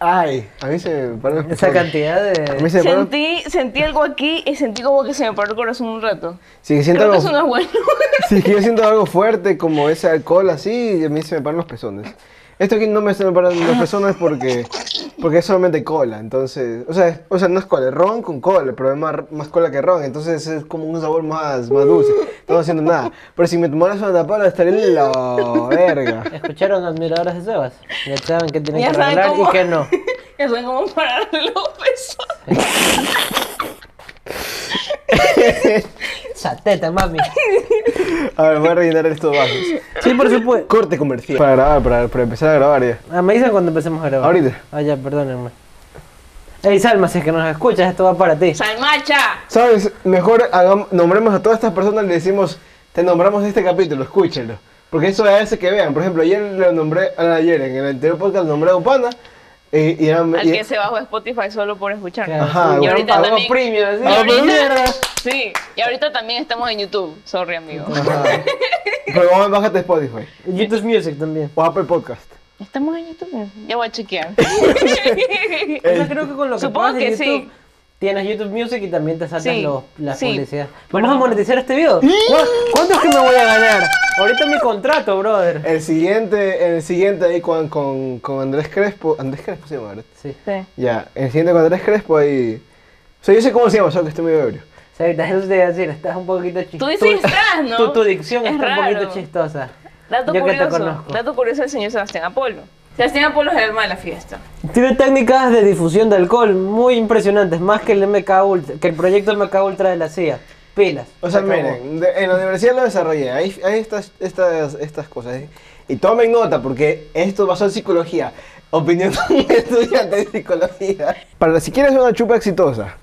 A: Ay, a mí se me paró el
B: Esa
A: corazón.
B: cantidad de...
A: A mí se me paró-
C: Sentí, sentí algo aquí y sentí como que se me paró el corazón un rato.
A: Si es que siento
C: Creo que
A: algo,
C: eso no es bueno.
A: si es que yo siento algo fuerte como ese alcohol así, a mí se me paran los pezones. Esto aquí no me se me paran los pezones porque, porque es solamente cola, entonces, o sea, es- o sea, no es cola, es ron con cola, pero es más, más cola que ron, entonces es como un sabor más, más dulce, no va haciendo nada. Pero si me tomaras una tapada estaría en la verga.
B: Escucharon admiradores de Sebas. Ya saben que tienen
C: Ya
B: que
C: saben
B: regalar
C: cómo-
B: y que no.
C: Ya saben cómo pararle los pezones.
B: Sateta, mami.
A: A ver, voy a rellenar estos vasos.
B: Sí, por supuesto.
A: Corte comercial. Para grabar, para, para empezar a grabar ya.
B: Ah, me dicen cuando empecemos a grabar.
A: Ahorita.
B: Ah, ya, perdónenme. Ey, Salma, si es que nos escuchas, esto va para ti.
C: ¡Salmacha!
A: ¿Sabes? Mejor hagam- nombremos a todas estas personas y le decimos, te nombramos este capítulo, escúchenlo. Porque eso hace que vean. Por ejemplo, ayer lo nombré, ah, ayer en el anterior podcast nombré a un pana. eh, y era-
C: Al
A: y-
C: que se bajó de Spotify solo por escuchar.
A: Ajá,
C: y
A: bueno,
C: ahorita
A: algo
C: también.
B: premium, así.
C: y
A: Ah, pero
C: ahorita-
A: mira.
C: sí, y ahorita también estamos en YouTube. Sorry, amigo.
A: Ajá. Pero vamos, bájate Spotify.
B: YouTube Music también.
A: O Apple Podcast.
C: Estamos en YouTube. Ya voy a chequear.
B: O sea, creo que con lo que
C: Supongo
B: pagas en
C: que sí.
B: YouTube, tienes YouTube Music y también te saltas
C: Sí,
B: los- las
C: sí.
B: publicidades.
C: Pero-
B: ¿Vamos a monetizar este video? ¿Cu- ¿Cuánto es que me voy a ganar? Ahorita mi contrato, brother.
A: El siguiente, el siguiente ahí con, con, con Andrés Crespo. Andrés Crespo se llama, ¿verdad?
B: Sí.
C: Sí.
A: Ya, el siguiente con Andrés Crespo ahí. O sea, yo sé cómo se llama, solo que estoy medio ebrio.
B: O sea, ahorita eso te iba a decir, estás un poquito chistoso.
C: Tú dices estás, ¿no?
B: Tu, tu dicción
C: Es
B: está un
C: raro.
B: poquito chistosa.
C: Dato
B: Yo que te
C: curioso.
B: conozco.
C: Dato curioso del señor Sebastián Apolo. Sebastián Apolo es el alma de la fiesta.
B: Tiene técnicas de difusión de alcohol muy impresionantes, más que el MK Ultra, que el proyecto MK Ultra de la CIA. Pilas.
A: O sea,
B: se acabó.
A: miren, de- en la universidad lo desarrollé, ahí, ahí estas, estas, estas cosas. ¿eh? Y tomen nota porque esto basó en psicología. Opinión de un estudiante de psicología. Para si quieres una chupa exitosa,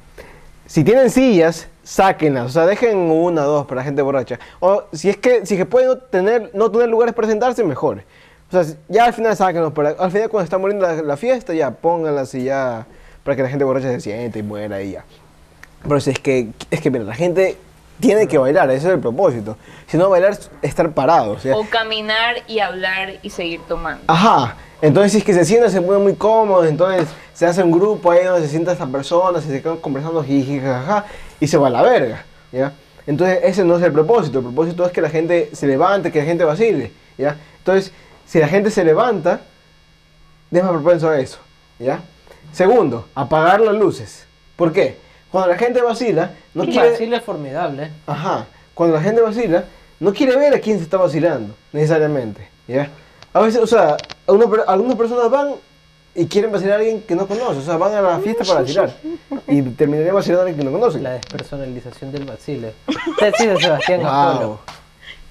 A: si tienen sillas, sáquenlas. O sea, dejen una o dos para gente borracha. O si es que, si es que pueden no tener, no tener lugares para sentarse, mejor. O sea, si- ya al final sáquenlos. Para, al final cuando está muriendo la, la fiesta, ya pónganlas y ya para que la gente borracha se siente y muera y ya. Pero si es que, es que mira, la gente tiene que bailar, ese es el propósito. Si no bailar, es estar parado. O sea,
C: O caminar y hablar y seguir tomando.
B: Ah,
A: Ajá. Entonces, si es que se sientan, se ponen muy cómodos. Entonces, se hace un grupo ahí donde se sienta esta persona, se quedan conversando, jiji, jajaja, y se va a la verga. ¿Ya? Entonces, ese no es el propósito. El propósito es que la gente se levante, que la gente vacile. ¿Ya? Entonces, si la gente se levanta, es más propenso a eso. ¿Ya? Segundo, apagar las luces. ¿Por qué? Cuando la gente vacila, no
B: Qué
A: quiere.
B: vacilo es formidable.
A: Ajá. Cuando la gente vacila, no quiere ver a quién se está vacilando, necesariamente. ¿Ya? A veces, o sea, a una per- algunas personas van y quieren vacilar a alguien que no conoce. O sea, van a la fiesta para vacilar. Y terminarían vacilando a alguien que no conoce.
B: La despersonalización del vacilo. Tesis de Sebastián
A: Wow.
B: Apolo.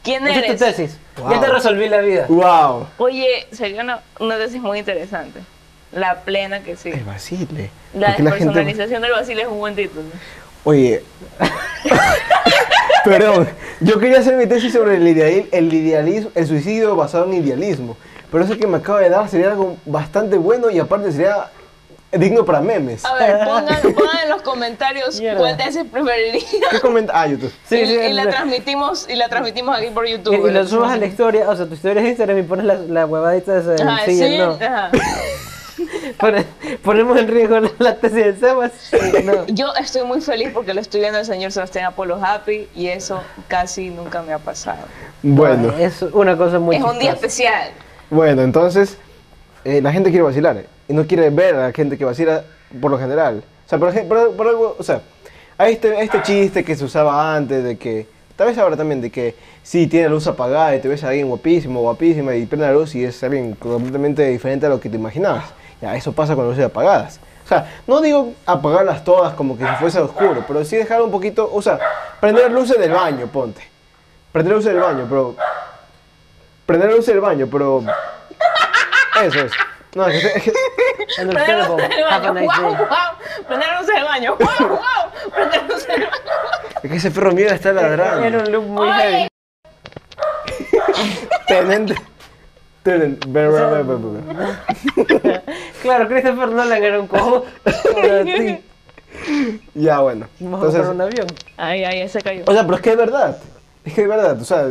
C: ¿Quién
B: Esa es tu
C: eres?
B: tesis.
A: Wow. Uh.
B: Ya te resolví la vida.
A: Wow.
C: Oye, sería una, una tesis muy interesante. La plena que sí.
A: El vacile.
C: La
A: Porque gente...
C: despersonalización del Brasil es un buen título.
A: Oye. Perdón, yo quería hacer mi tesis sobre el, ideal, el idealismo, el suicidio basado en idealismo. Pero eso que me acaba de dar sería algo bastante bueno y aparte sería digno para memes.
C: A ver, pongan, pongan en los comentarios
B: Mierda.
C: cuál tesis preferiría.
A: ¿Qué comenta? Ah, YouTube.
B: Sí,
C: y,
B: sí,
C: y la
B: la-
C: transmitimos, y la transmitimos aquí por
B: Y,
C: YouTube.
B: y lo subas a la historia, o sea, tu historia es Instagram y pones la, la huevadita esa del
C: Ajá,
B: sí y el
C: sí,
B: no.
C: ajá.
B: Pone- ponemos en riesgo la, la tesis de Sebas. No.
C: Yo estoy muy feliz porque lo estoy viendo al señor Sebastián Apolo Happy y eso casi nunca me ha pasado.
A: Bueno,
B: Ah, Es una cosa muy
C: es un día
B: chistosa.
C: especial.
A: bueno, entonces eh, la gente quiere vacilar y no quiere ver a la gente que vacila por lo general. O sea, por, ej- por- por algo, o sea, hay este, este chiste que se usaba antes de que, tal vez ahora también, de que si tiene la luz apagada y te ves a alguien guapísimo, guapísima y prende la luz y es alguien completamente diferente a lo que te imaginabas. Ya, eso pasa con las luces apagadas. O sea, no digo apagarlas todas como que si fuese oscuro, pero sí dejar un poquito, o sea, prender luces del baño, ponte. Prender luces del baño, pero Prender la luz del baño, pero. Eso es. No, es que- es que-
C: Prender luces del
B: Have a
C: baño,
B: nice
C: wow,
B: day.
C: wow. Prender luces del baño, wow, wow. Prender luces del baño.
A: es que ese perro mío está
B: Era
A: ladrando.
B: un look muy
C: Oye.
B: heavy.
A: Tenente. Tenente. Ver, ver, ver, ver, ver, ver.
B: Claro, Christopher Nolan era un cojo. Ahora sí,
A: Ya, bueno.
B: Vamos a
A: Entonces,
B: comprar un avión.
C: Ay, ay, ese cayó.
A: o sea, pero es que es verdad. Es que es verdad. O sea,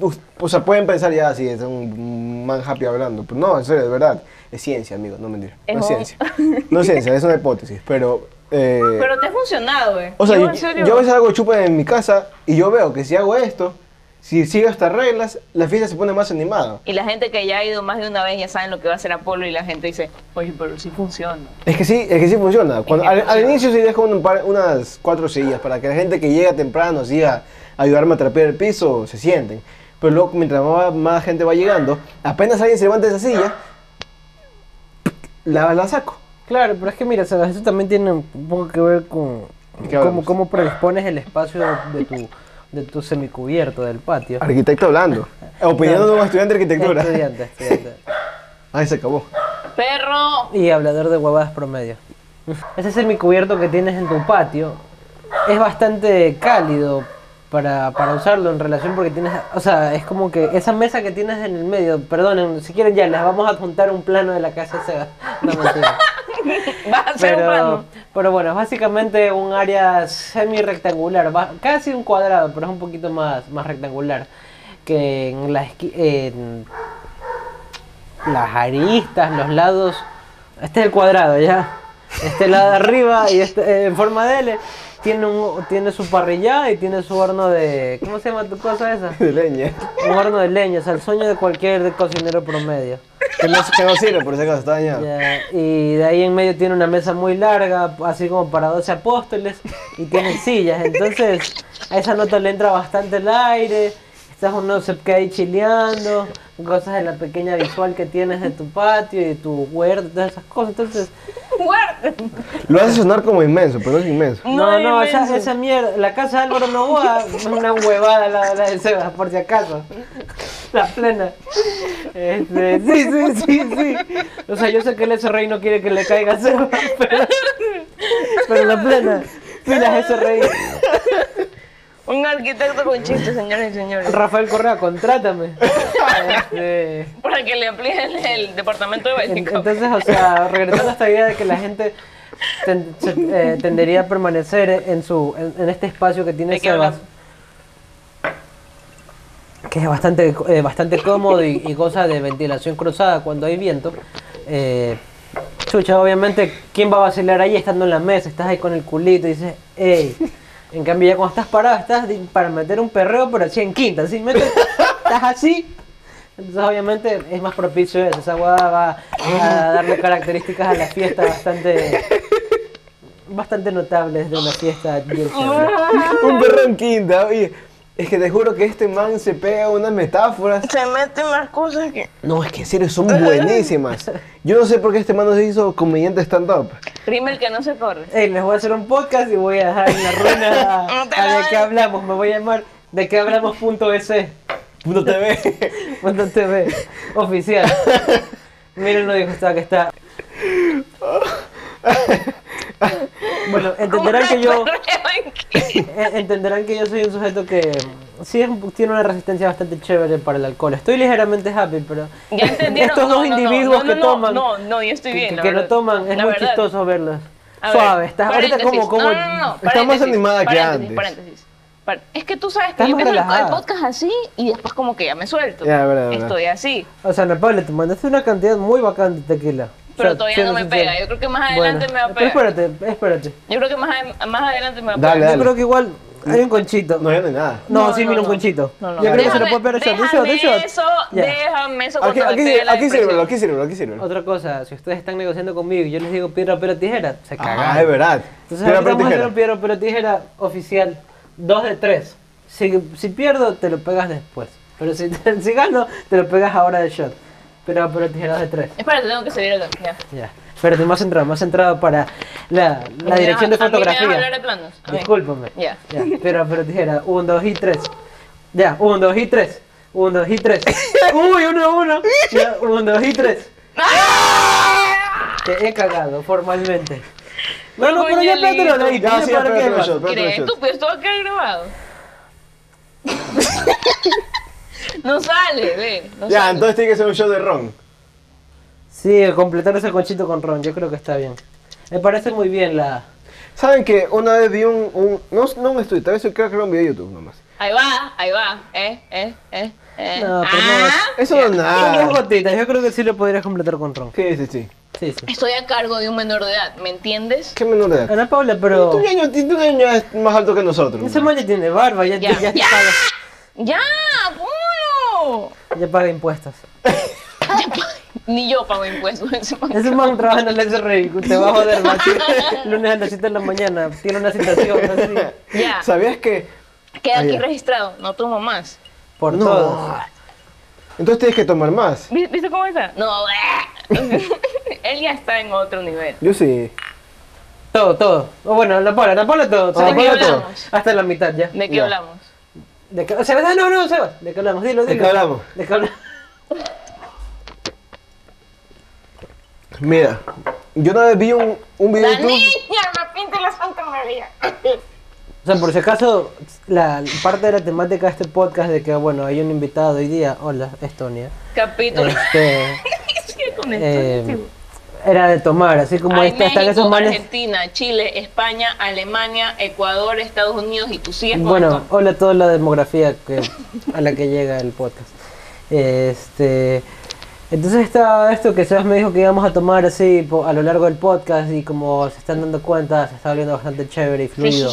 A: us- o sea pueden pensar ya si es un man happy hablando. Pero no, en serio, es verdad. Es ciencia, amigo, no mentira.
C: Es
A: no es
C: un-
A: ciencia. No es ciencia, es una hipótesis, pero... eh,
C: Pero te ha funcionado, güey.
A: o sea,
C: Yo,
A: yo,
C: en serio-
A: yo a veces hago chupa en mi casa y yo veo que si hago esto, si sigo estas reglas, la fiesta se pone más animada.
C: Y la gente que ya ha ido más de una vez ya saben lo que va a hacer Apolo y la gente dice, oye, pero sí funciona.
A: Es que sí, es que sí funciona. Cuando,
C: que
A: al, al
C: funciona.
A: inicio se deja un par- unas cuatro sillas para que la gente que llega temprano, así a a ayudarme a trapear el piso, se sienten. Pero luego, mientras más, más gente va llegando, apenas alguien se levanta de esa silla, la, la saco.
B: Claro, pero es que mira, o sea, eso también tiene un poco que ver con
A: ¿De qué
B: cómo,
A: hablamos?
B: cómo predispones el espacio de tu, de tu semicubierto del patio.
A: Arquitecto hablando. Opinando de un estudiante de arquitectura.
B: Estudiante, estudiante.
A: Ahí se acabó.
C: Perro,
B: Y hablador de huevadas promedio. Ese semicubierto que tienes en tu patio es bastante cálido para, para usarlo en relación porque tienes, o sea, es como que esa mesa que tienes en el medio, perdonen, si quieren ya les vamos a adjuntar un plano de la casa de Seba. No mentira.
C: vas a ser un
B: Pero,
C: plano.
B: pero bueno, es básicamente un área semi-rectangular, va- casi un cuadrado, pero es un poquito más, más rectangular. Que en, la esqui- en las aristas, los lados. Este es el cuadrado ya. Este lado de arriba y este, eh, en forma de L tiene, un, tiene su parrilla y tiene su horno de. ¿Cómo se llama tu cosa esa?
A: De leña.
B: Un horno de leña, o sea, el sueño de cualquier cocinero promedio.
A: Que no, que no sirve, por si acaso está dañado.
B: Ya, Y de ahí en medio tiene una mesa muy larga, así como para 12 apóstoles, y tiene sillas. Entonces, a esa nota le entra bastante el aire, estás uno se queda ahí chileando, cosas de la pequeña visual que tienes de tu patio y de tu huerto, todas esas cosas. Entonces,
C: Guarda.
A: Lo hace sonar como inmenso, pero no es inmenso.
B: no,
C: Muy
B: no, esa,
C: inmenso.
B: esa mierda, la casa de Álvaro Novoa es una huevada la, la de Sebas, por si acaso. La plena. Este, sí, sí, sí, sí. O sea, yo sé que el ese rey no quiere que le caiga a Sebas, pero, pero la plena. Pilas ese rey.
C: Un arquitecto con chistes, señores y señores.
B: Rafael Correa, contrátame. Este,
C: Para que le amplíen el departamento de
B: En-
C: Bélgica.
B: Entonces, o sea, regresando a esta idea de que la gente ten- se- eh, tendería a permanecer en su en, en este espacio que tiene
C: ¿De qué
B: Sebas, que es bastante eh, bastante cómodo y, y goza de ventilación cruzada cuando hay viento. eh, chucha, obviamente, ¿quién va a vacilar ahí estando en la mesa? Estás ahí con el culito y dices, ¡ey! En cambio, ya cuando estás parado, estás di- para meter un perreo, pero así en quinta, así metes, estás así, entonces obviamente es más propicio eso, esa guada va a darle características a la fiesta bastante bastante notables de una fiesta vieja.
A: Un perro en quinta, oye. Es que te juro que este man se pega unas metáforas.
C: Se meten más cosas que...
A: No, es que en serio, son buenísimas. Yo no sé por qué este man no se hizo comediante stand-up.
C: Rimmel que no se corre.
B: Ey, les voy a hacer un podcast y voy a dejar en la ruina a, a de qué hablamos, me voy a llamar de qué hablamos.es
A: Punto TV.
B: punto TV oficial. Miren lo disgustado que está. Bueno, entenderán que yo Eh, Entenderán que yo soy un sujeto que mm, sí es un po- tiene una resistencia bastante chévere para el alcohol. Estoy ligeramente happy, pero
C: Ya entendieron.
B: estos
C: No, no,
B: dos
C: no,
B: individuos
C: no, no,
B: que
C: no,
B: toman,
C: No, no, yo estoy
B: que-
C: bien.
B: que,
C: la
B: que no
C: verdad.
B: toman, es
C: La
B: muy
C: verdad.
B: chistoso verlos.
C: A ver,
B: Suave, estás ahorita
C: paréntesis.
B: como como
C: No, no, no, no,
A: Está más
C: paréntesis,
A: animada que
C: paréntesis,
A: antes.
C: Paréntesis. par- Es que tú sabes que
B: Está
C: yo
B: más
C: empiezo el- el,
B: relajada.
C: podcast así y después como que ya me suelto.
A: Ya, verdad, verdad.
C: Estoy así.
B: o sea, Napoli, te mandaste una cantidad muy bacán de tequila.
C: Pero
B: O sea,
C: todavía
B: siendo
C: no me
B: sincero.
C: pega. Yo creo que más adelante me
B: Bueno,
C: va a
B: pero
C: pegar.
B: espérate, espérate.
C: Yo creo que más, a- más adelante me va a
A: Dale,
C: pegar.
B: Yo creo que igual hay un conchito.
A: No, ya no hay nada.
B: No,
C: No,
B: sí
C: no,
B: vino un
C: no.
B: conchito.
C: No, no.
B: Yo creo que se lo
C: Déjame-
B: puede pegar el shot, un shot, un
C: déjame
B: shot.
C: eso,
B: Ya.
C: déjame eso
A: Aquí,
C: cuando me
A: aquí,
C: pegue la
A: aquí sirve,
C: depresión.
A: aquí sirve, aquí sirve.
B: Otra cosa, si ustedes están negociando conmigo y yo les digo piedra, papel o tijera, se cagan.
A: Ah, es verdad.
B: Entonces
A: Piedra,
B: ahorita
A: papel,
B: vamos a hacer
A: tijera.
B: un piedra, papel o tijera oficial. Dos de tres. Si, si pierdo, te lo pegas después. Pero si, si gano, te lo pegas ahora de shot. Piedra, papel o tijera dos de tres.
C: Espérate, tengo que subir acá. Ya.
B: Ya. Espérate, más centrado, más centrado para la, la dirección de
C: A mí me vas a hablar
B: fotografía.
C: de planos. A mí.
B: Discúlpame.
C: Ya.
B: Ya, piedra, papel o tijera. Un, dos y tres. Ya, un, dos y tres. Un, dos y tres. Uy, uno, uno. Ya, un, dos y tres. Te he cagado formalmente. No, no, pero ya
C: Coño,
B: pégatelo
C: lindo.
B: ahí.
A: Ya, sí, ya,
B: para que
A: pégatelo
B: más.
A: yo. Espérate,
C: ¿Crees
A: shot.
C: estúpido? Esto va a quedar grabado. no sale, ve. No
A: Ya,
C: sale.
A: entonces tiene que ser un show de ron.
B: Sí, completar ese conchito con ron, yo creo que está bien. Me parece muy bien la...
A: ¿Saben que una vez vi un, un- no, no un estudio, tal vez yo creo que era un video de YouTube nomás.
C: Ahí va, ahí va. Eh, eh, eh, eh.
B: No, pero
C: ah,
A: Eso no es
B: Son dos
A: nada.
B: gotitas, yo creo que sí lo podrías completar con ron.
A: Sí, sí, sí.
B: Sí, sí.
C: estoy a cargo de un menor de edad, ¿me entiendes?
A: ¿Qué menor de edad?
B: Ana Paula, pero.
A: Tu niño, tu niño es más alto que nosotros.
B: Ese man ya tiene barba, ya,
C: Ya,
B: ya, ya
C: ya.
B: paga,
C: ¡Ya! ¡Polo!
B: ya paga impuestos.
C: Ni yo pago impuestos.
B: Ese man trabaja en el SRI, te va a joder, macho. Lunes a las 7 de la mañana, tiene una citación así.
C: Ya.
A: ¿Sabías que?
C: Queda aquí
A: Ah, ya.
C: registrado, no tomo más.
B: Por
A: No.
B: todos.
A: Entonces tienes que tomar más.
C: ¿Viste viste cómo está? No, él ya está en otro nivel.
A: Yo sí.
B: Todo, todo. O bueno, Ana Paula, Ana Paula todo.
A: Ana
B: Ana
A: Paula
B: Paula
C: todo.
B: Hasta la mitad ya.
C: ¿De qué
A: Ya.
C: hablamos?
B: ¿De qué, o sea, ah, no, no, Seba, ¿de qué hablamos? Dilo,
A: ¿De
B: dilo.
A: qué hablamos?
B: ¿De qué hablamos?
A: Mira, yo una vez vi un, un video de
C: La
A: YouTube.
C: niña, me pinta la Santa María.
B: O sea, por si acaso, la parte de la temática de este podcast de que, bueno, hay un invitado hoy día, hola, Estonia,
C: Capítulo.
B: este,
C: Sigue con
B: eh,
C: esto.
B: era de tomar, así como
C: Hay
B: esta- están
C: México,
B: esos manes...
C: Argentina, Chile, España, Alemania, Ecuador, Estados Unidos y tú sigues con
B: Bueno,
C: esto.
B: hola a toda la demografía que, a la que llega el podcast. Este, entonces está esto que Sebas me dijo que íbamos a tomar así po- a lo largo del podcast y como se están dando cuenta, se está volviendo bastante chévere y fluido.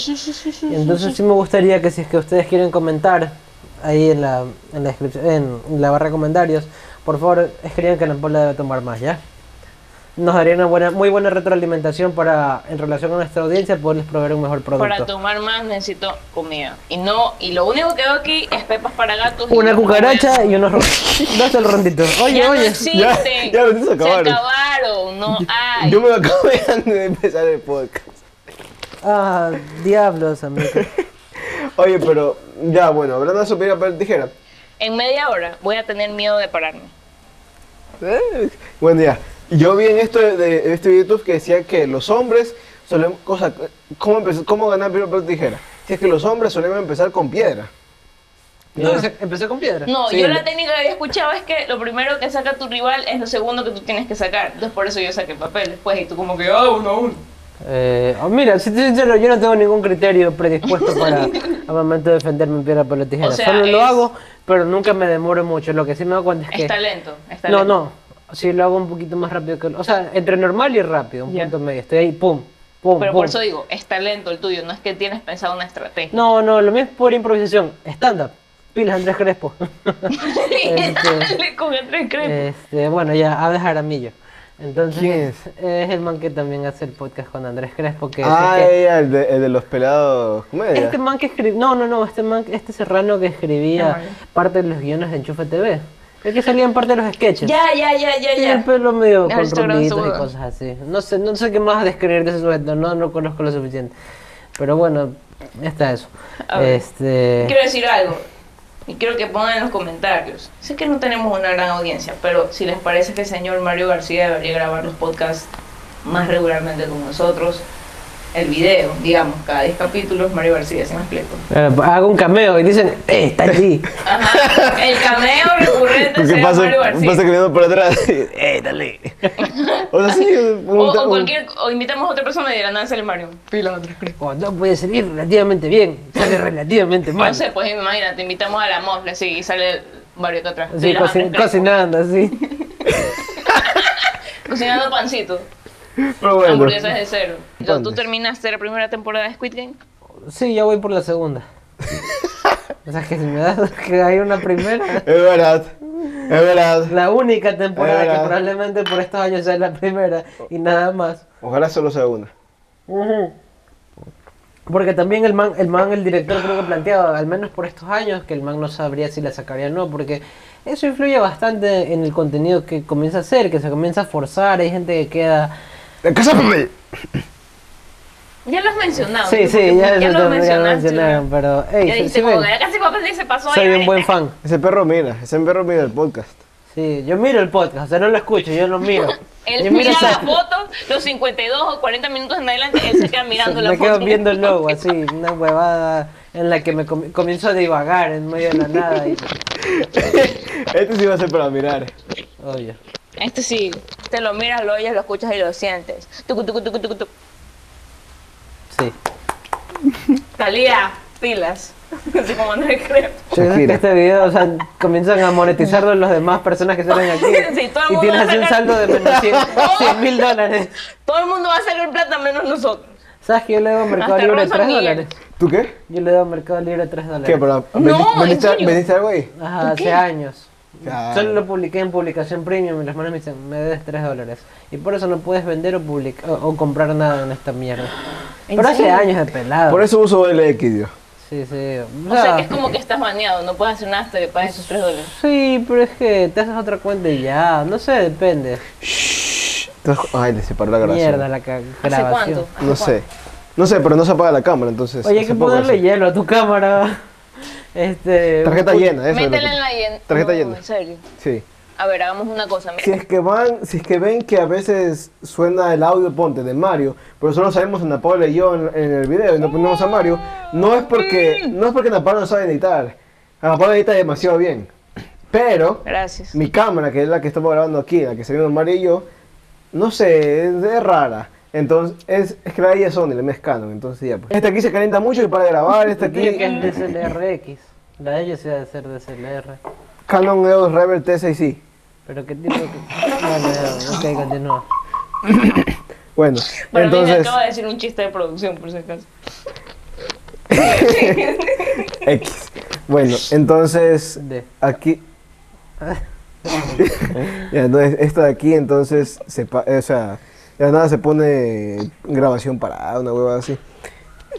B: Entonces sí me gustaría que si es que ustedes quieren comentar ahí en la, en la descripción, en la barra de comentarios, por favor escriban que la Paula debe tomar más, ¿ya? Nos daría una buena, muy buena retroalimentación para, en relación a nuestra audiencia, poderles proveer un mejor producto.
C: Para tomar más necesito comida. Y no, y lo único que veo aquí es pepas para gatos. y
B: Una
C: yo-
B: cucaracha y unos ron- Date el rondito. Oye,
C: ya no
B: oye.
C: existen.
A: ya los
C: se
A: acabaron.
C: acabaron, no hay.
A: Yo me lo acabo de empezar el podcast.
B: Ah, diablos, amigo.
A: Oye, pero ya, bueno, hablando de su piedra, papel, tijera.
C: En media hora voy a tener miedo de pararme.
A: Eh, Buen día. Yo vi en esto de, de este video de YouTube que decía que los hombres solemos. Cosa, ¿cómo, empezó- ¿Cómo ganar piedra, papel, tijera? Si es que los hombres solemos empezar con piedra.
B: empecé con piedra.
C: No,
A: Sí,
C: yo
A: lo-
C: la técnica que había escuchado es que lo primero que saca tu rival es lo segundo que tú tienes que sacar. Entonces por eso yo saqué papel después y tú como que, ah, uno a uno.
B: Eh, oh, mira, si te soy sincero, yo no tengo ningún criterio predispuesto para al momento de defenderme en piedra, papel o tijera.
C: O sea,
B: Solo lo
C: es-
B: hago, pero nunca me demoro mucho. Lo que sí me doy cuenta es que.
C: Está lento, está
B: no,
C: lento.
B: no. Si lo hago un poquito más rápido que. O sea, entre normal y rápido, un
C: Ya.
B: punto medio. Estoy ahí, pum, pum,
C: Pero
B: pum.
C: por eso digo, está lento el tuyo, no es que tienes pensado una estrategia.
B: No, no, lo mío es por improvisación. Stand-up. Pilas Andrés Crespo.
C: Dale con Andrés Crespo.
B: Este, bueno, ya, Abel Jaramillo. Entonces,
A: ¿Quién es?
B: es el man que también hace el podcast con Andrés Crespo. Que
A: Ah,
B: es que-
A: ya, el, de, el de los pelados. ¿Cómo era?
B: este man que escribía. No, no, no, este man, este serrano que escribía
C: Ah, ya.
B: parte de los guiones de Enchufe TV. El que salía en parte de los sketches.
C: Ya, ya, ya, ya,
B: Tiene el
C: ya.
B: pelo medio
C: Ya,
B: con
C: Instagram
B: ronditos y
C: seguro.
B: cosas así. No sé, no sé qué más describir de ese sujeto, no, no conozco lo suficiente. Pero bueno, ya está eso.
C: A ver.
B: Este.
C: Quiero decir algo. Y quiero que pongan en los comentarios. Sé que no tenemos una gran audiencia, pero si les parece que el señor Mario García debería grabar los podcasts más regularmente con nosotros, el video, digamos, cada 10 capítulos, Mario García, si me explico.
B: Claro, eh, Hago un cameo y dicen, ¡eh, está allí!
C: Ajá. El cameo recurrente
A: Porque
C: será
A: pasa,
C: Mario García.
A: pasa caminando por atrás y, ¡eh, dale! O sea, sí, un-
C: O, o
A: un-
C: cualquier, o invitamos a otra persona y de la nada sale Mario. Pila
B: Cuando puede salir relativamente bien, sale relativamente mal.
C: No sé, pues imagínate, invitamos a la mofla, sí, y sale Mario acá atrás.
B: Sí,
C: Pilas
B: coci-
C: Andrés Crespo.
B: cocinando, así.
C: Cocinando pancito.
A: Pero bueno.
C: Hamburguesas de cero. Entonces, ¿Tú
A: Panes.
C: terminaste la primera temporada de Squid Game?
B: Sí, ya voy por la segunda. O sea, que si me das que hay una primera,
A: Es verdad. Es verdad.
B: la única temporada
A: Era.
B: que probablemente por estos años sea la primera y nada más.
A: Ojalá solo sea una.
B: Ujú. Porque también el man, el man, el director creo que planteaba, al menos por estos años, que el man no sabría si la sacaría o no, porque eso influye bastante en el contenido que comienza a hacer, que se comienza a forzar, hay gente que queda...
A: ¡Cásame!
C: Ya lo has mencionado.
B: Sí,
C: ¿no?
B: sí,
C: Ah, Porque
B: ya,
C: ya lo
B: ya lo
C: mencionaste.
B: mencionaron, pero... ey,
C: Ya
B: sí-
C: dijiste
B: sí
C: como
B: ven.
C: que casi papá sí se pasó.
B: Soy
C: ya
B: un
C: ve.
B: buen fan.
A: Ese perro mira, ese perro mira el podcast.
B: Sí, yo miro el podcast, o sea, no lo escucho, yo lo miro.
C: Él
B: Yo
C: mira
B: miro esa-
C: las fotos, los 52 o 40 minutos en adelante, él se queda mirando la
B: Me
C: foto.
B: quedo viendo el logo, así, una huevada en la que me com- comienzo a divagar en medio de la nada. Y...
A: Este sí va a ser para mirar.
B: Obvio.
C: Este sí, te lo miras, lo oyes, lo escuchas y lo sientes. Tucu, tucu, tucu, tucu, tucu.
B: Sí.
C: Talía, pilas. Así como Andrés Crepo.
B: Piensas que
A: Shakira.
B: este video, o sea, comienzan a monetizarlo las demás personas que salen aquí.
C: Sí, todo el
B: y
C: mundo
B: tienes
C: va a
B: así un
C: sacar-
B: saldo de menos 100 mil dólares.
C: Todo el mundo va a sacar plata menos nosotros.
B: ¿Sabes que yo le doy a Mercado
C: Hasta
B: Libre
C: Ronson
B: 3
C: Miguel.
B: dólares?
A: ¿Tú qué?
B: Yo le doy a Mercado Libre 3 dólares.
A: ¿Qué? Pero,
C: No,
A: ¿veniste-
C: ¿en
A: ¿Veniste a-
C: serio?
A: veniste algo ahí?
B: Ajá, hace
C: qué?
B: años.
A: Ya.
B: Solo lo publiqué en publicación premium y las manos me dicen, me des 3 dólares. Y por eso no puedes vender o, public- o, o comprar nada en esta mierda.
C: ¿En
B: Pero hace
C: serio?
B: años de pelado.
A: Por eso uso LX, yo.
B: Sí, sí.
C: O
B: Ah.
C: sea que es como que estás baneado, no puedes hacer nada hasta que pagues esos 3 dólares.
B: Sí, pero es que te haces otra cuenta y ya. No sé, depende.
A: Entonces, Ay, le separó la grabación.
B: Mierda la ca-
C: ¿Hace
B: grabación.
C: cuánto? ¿Hace
A: No sé. No sé, pero no se apaga la cámara, entonces.
B: Oye, hay
A: hace
B: que
A: poco
B: ponerle
A: así.
B: hielo a tu cámara. Este.
A: Tarjeta
B: un-
A: llena, eso. es lo
C: Métele
A: que-
C: en la llena.
A: Tarjeta
C: no,
A: llena.
C: En serio.
A: Sí.
C: A ver, hagamos una cosa.
A: Si es que van, si es que ven que a veces suena el audio ponte de Mario, pero solo sabemos a Napoleón y yo en, en el video y no ponemos a Mario, no es porque no es porque Napoleón no sabe editar. A Napoleón edita demasiado bien. Pero
C: Gracias.
A: mi cámara, que es la que estamos grabando aquí, la que se vieron Mario y yo, no sé, es, es rara. Entonces, es, es que la de ella es Sony, la mía es Canon, entonces ya pues. Esta aquí se calienta mucho y para de grabar, esta
B: este Tiene que
A: aquí
B: es DSLRX. La de ellos sí ha de ser DSLR.
A: Canon EOS Rebel T6i.
B: Pero qué tipo que. Bueno, ya, ok, continúa.
A: Bueno,
C: Para mí
A: entonces
C: me acaba de decir un chiste de producción, por si acaso.
A: X. Bueno, entonces
B: D.
A: Aquí. ya, entonces, esta de aquí, entonces, se pa- eh, o sea, de la nada se pone grabación parada, una hueva así.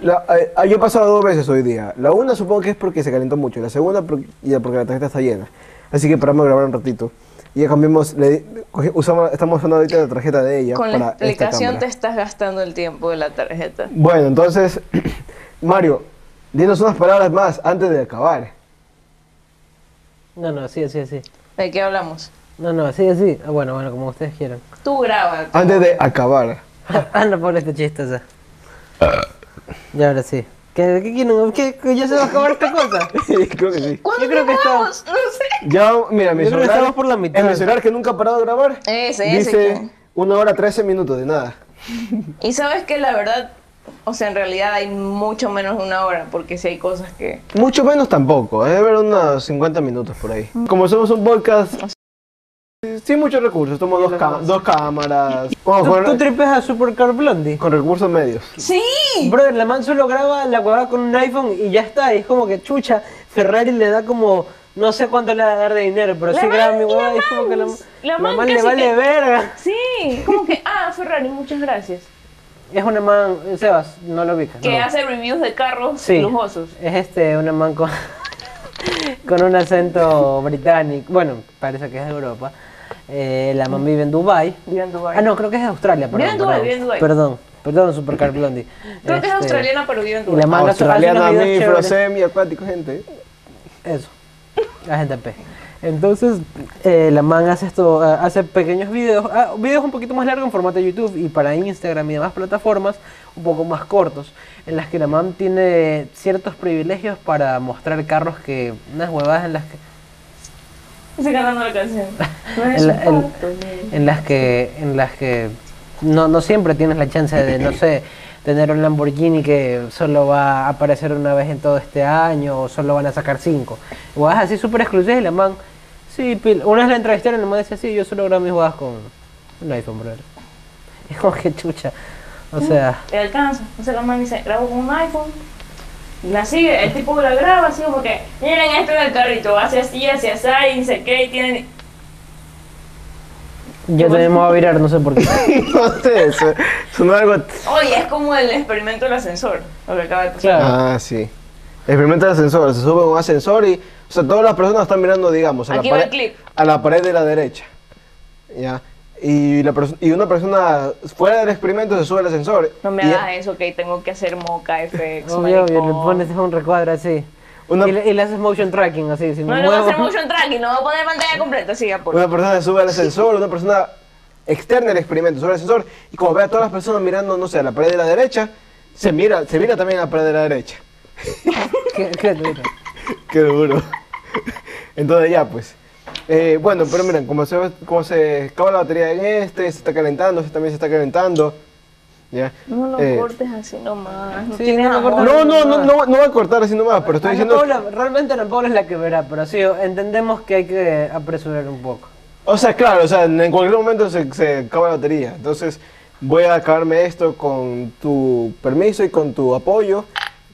A: La- eh, ah, yo he pasado dos veces hoy día. La una supongo que es porque se calentó mucho, la segunda por- y la- porque la tarjeta está llena. Así que paramos a grabar un ratito. Y ya cambiamos, le- cogi- usamos, estamos usando ahorita la tarjeta de ella.
C: Con la
A: para esta
C: explicación este-
A: cámara.
C: te estás gastando el tiempo de la tarjeta.
A: Bueno, entonces, Mario, dinos unas palabras más antes de acabar.
B: No, no, sí, sí, sí.
C: ¿De qué hablamos?
B: No, no, sí, sí. Ah, Bueno, bueno, como ustedes quieran.
C: Tú graba.
A: Antes de acabar.
B: Anda por este chiste ya. Y ahora sí. ¿Qué, qué quieren? ¿Qué, qué- ¿Ya se va a acabar esta cosa?
A: Creo que sí.
C: ¿Cuándo
B: Yo creo que está-
C: grabamos? No sé.
A: Ya, mira, mi
B: Yo creo que
A: celular,
B: estamos por la mitad.
A: en mi celular que nunca ha parado de grabar,
C: Ese, ese
A: dice
C: que-
A: una hora 13 minutos de nada.
C: Y sabes que la verdad, o sea, en realidad hay mucho menos de una hora, porque si hay cosas que...
A: Mucho menos tampoco, debe haber unos 50 minutos por ahí.
B: Mm.
A: Como somos un podcast eh, sin muchos recursos, somos dos, ca- dos cámaras,
B: ¿Tú,
A: vamos,
B: tú
A: con,
B: tripeas a Supercar Blondie?
A: con recursos medios.
C: ¡Sí!
B: Brother, la man solo graba la huevada con un iPhone y ya está. Y es como que chucha, Ferrari le da como. No sé cuánto le va a dar de dinero, pero
C: La
B: sí graba
C: man-
B: mi huevada.
C: la
B: y es como que la,
C: man- la man
B: man le
C: casi
B: vale
C: que-
B: verga.
C: Sí, como que, ah, Ferrari, muchas gracias.
B: Es una man. Sebas, no lo ubicas.
C: Que
B: no.
C: hace reviews de carros
B: Sí.
C: lujosos.
B: Es este, una man con, con un acento británico. Bueno, parece que es de Europa. Eh, la man vive en Dubai.
C: Vive en Dubái.
B: Ah, no, creo que es de Australia. Perdón,
C: Vive en Dubái,
B: perdón,
C: vive en Dubái.
B: Perdón, perdón, Supercar Blondie.
C: Creo que es
B: Este,
C: australiana, pero vive en
B: y la
C: Dubái.
B: man hace- hace unos
A: Australiana,
B: videos
A: mamífero,
B: chéveres.
A: semi-acuático, gente.
B: Eso. La gente P. Entonces, eh, la man hace esto, ah, hace pequeños videos, ah, videos un poquito más largos en formato de YouTube y para Instagram y demás plataformas un poco más cortos, en las que la man tiene ciertos privilegios para mostrar carros que, unas huevadas en las que,
C: Estoy cantando la canción. No es
B: El-
C: un
B: el-
C: pacto, ni-
B: en las que, en las que no, no siempre tienes la chance de, no sé, tener un Lamborghini que solo va a aparecer una vez en todo este año o solo van a sacar cinco. Guadas así súper exclusivas y la man, sí, pil- una vez la entrevistaron y la man decía, sí, yo solo grabo mis guadas con un iPhone, brother. Es como que chucha. O sea,
C: Le alcanza. Entonces la man dice, grabo con un iPhone. Y la sigue, el tipo la graba así como que, miren esto en el carrito, hace así, hace así, y no sé qué, y tienen...
B: yo también me voy a virar, no sé por qué.
A: no sé, su- sonó algo...
C: Oye, es como el experimento del ascensor, lo que acaba de pasar.
B: Claro.
A: Ah, sí. Experimenta el ascensor, se sube a un ascensor y... O sea, todas las personas están mirando, digamos, a, la
C: Aquí va el
A: pared,
C: clip.
A: a la pared de la derecha. ¿Ya? Y, la perso- y una persona fuera del experimento se sube al ascensor.
C: No me
A: y-
C: hagas eso, que tengo que hacer moca, FX,
B: Obvio, obvio, le
C: maricón.
B: pones un recuadro así.
A: Una-
B: Y, le, y le haces motion tracking así. Si me
C: No le voy a
B: muevo-
C: hacer motion tracking, no voy a poner pantalla completa, sí, ya por.
A: Una persona se sube al ascensor, una persona externa al experimento sube al ascensor y como ve a todas las personas mirando, no sé, a la pared de la derecha, se mira, se mira también a la pared de la derecha.
B: Qué- qué duro.
A: Qué duro. Entonces ya pues. Eh, bueno, pero miren, como se, como se acaba la batería en este, se está calentando, este también se está calentando. ¿ya?
C: No lo
A: Eh,
C: cortes así nomás. No
B: Sí,
C: tienes
B: no lo
C: amor.
B: cortes.
A: no, no, no, no, no va a cortar así nomás, pero estoy
B: Ana
A: diciendo...
B: Paula, realmente Ana Paula es la que verá, pero sí, entendemos que hay que apresurar un poco.
A: O sea, claro, o sea, en en cualquier momento se, se acaba la batería. Entonces, voy a acabarme esto con tu permiso y con tu apoyo.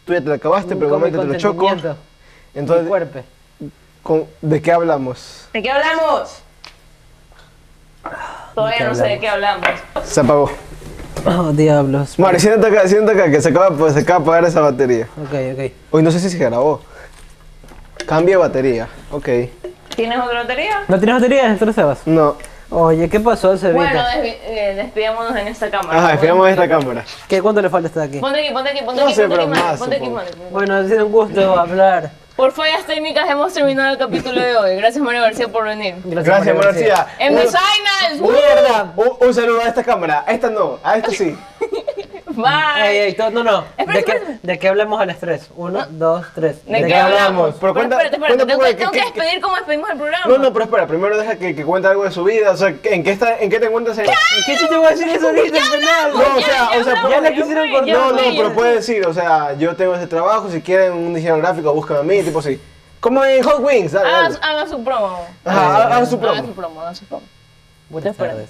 A: Tú ya te la acabaste, pero
B: Con mi
A: igualmente Este te lo choco.
B: consentimiento, mi
A: Entonces,
B: cuerpo.
A: con- ¿de qué hablamos?
C: ¿De qué hablamos? Todavía no sé de qué hablamos.
A: Se apagó.
B: Oh, diablos.
A: Mari, siéntate acá, siéntate acá, que se acaba, pues, se acaba de apagar esa batería.
B: Ok, ok.
A: Uy, no sé si se grabó. Cambia de batería. Ok.
C: ¿Tienes otra batería?
B: ¿No tienes batería, destrozabas?
A: No.
B: Oye, ¿qué pasó,
C: Bueno,
B: Cevita?
C: desvi- eh, despidámonos en esta cámara.
A: Ajá, despegamos esta cámara.
B: ¿Qué, ¿Cuánto le falta estar aquí?
C: Ponte aquí, ponte aquí, ponte
A: No
C: aquí,
A: sé,
C: ponte aquí,
A: pero
C: mano,
A: más,
C: ponte aquí,
A: supongo.
C: mano.
B: Bueno, ha sido un gusto hablar.
C: Por fallas técnicas hemos terminado el capítulo de hoy. Gracias Mario García por venir.
A: Gracias,
B: María García.
A: Marcia.
C: ¡En Designers!
B: ¡Mierda!
A: Un, un saludo a esta cámara. A esta no, a esta sí.
B: Ey,
C: ¡Bye!
B: ey, to- no, no.
C: Espera,
B: ¿De qué,
C: espera.
B: ¿De qué hablamos a las tres? Uno, dos, tres.
C: ¿De
A: qué hablamos? Pero
C: Pero
A: cuenta-
C: espérate, espérate,
A: cuenta un
C: tengo,
A: poco
C: que,
A: de
C: tengo
A: qué-
C: que
A: qué-
C: despedir como despedimos el programa.
A: No, no, pero espera, primero deja que, que cuente algo de su vida, o sea, que- ¿en qué, está, en qué te encuentras? en-
B: ¿Qué se te voy a decir eso ahorita, penal?
A: No, o sea, o sea,
B: ya la
A: por-
B: quisieron
C: cortar.
A: no, no,
C: ya, ya.
A: pero puede decir, o sea, yo tengo ese trabajo, si quieren un diseñador gráfico, búscame a mí, tipo así. Como en Hot Wings, dale,
C: Hagan
A: dale.
C: su- hagan su promo. ah,
A: Ajá, ha- haz su
C: Hagan
A: promo.
C: su promo, hagan su promo.
B: Buenas
C: Espera.
B: tardes.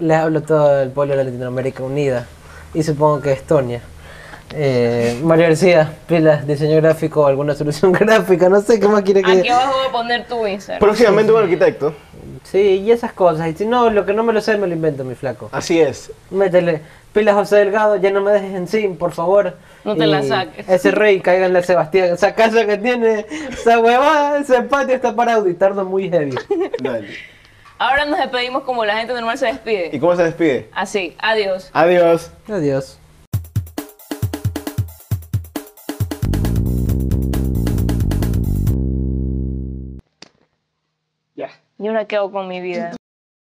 B: Les hablo todo el pueblo de Latinoamérica Unida y supongo que Estonia. Eh, Mario García, pilas, diseño gráfico, alguna solución gráfica, no sé qué más quiere que
C: Aquí abajo voy a poner tu Instagram.
A: Próximamente un arquitecto.
B: Sí, y esas cosas. Y si no, lo que no me lo sé, me lo invento, mi flaco.
A: Así es.
B: Métele. Pilas José Delgado, ya no me dejes en sim, por favor.
C: No te
B: Y
C: la saques.
B: Ese rey, cáiganle a Sebastián. Esa casa que tiene, esa huevada, ese patio está para auditarnos muy heavy.
A: Dale.
C: Ahora nos despedimos como la gente normal se
A: ¿Y
C: despide.
A: cómo se despide?
C: Así, adiós.
A: Adiós.
B: Adiós.
C: ¿Y ahora qué hago con mi vida?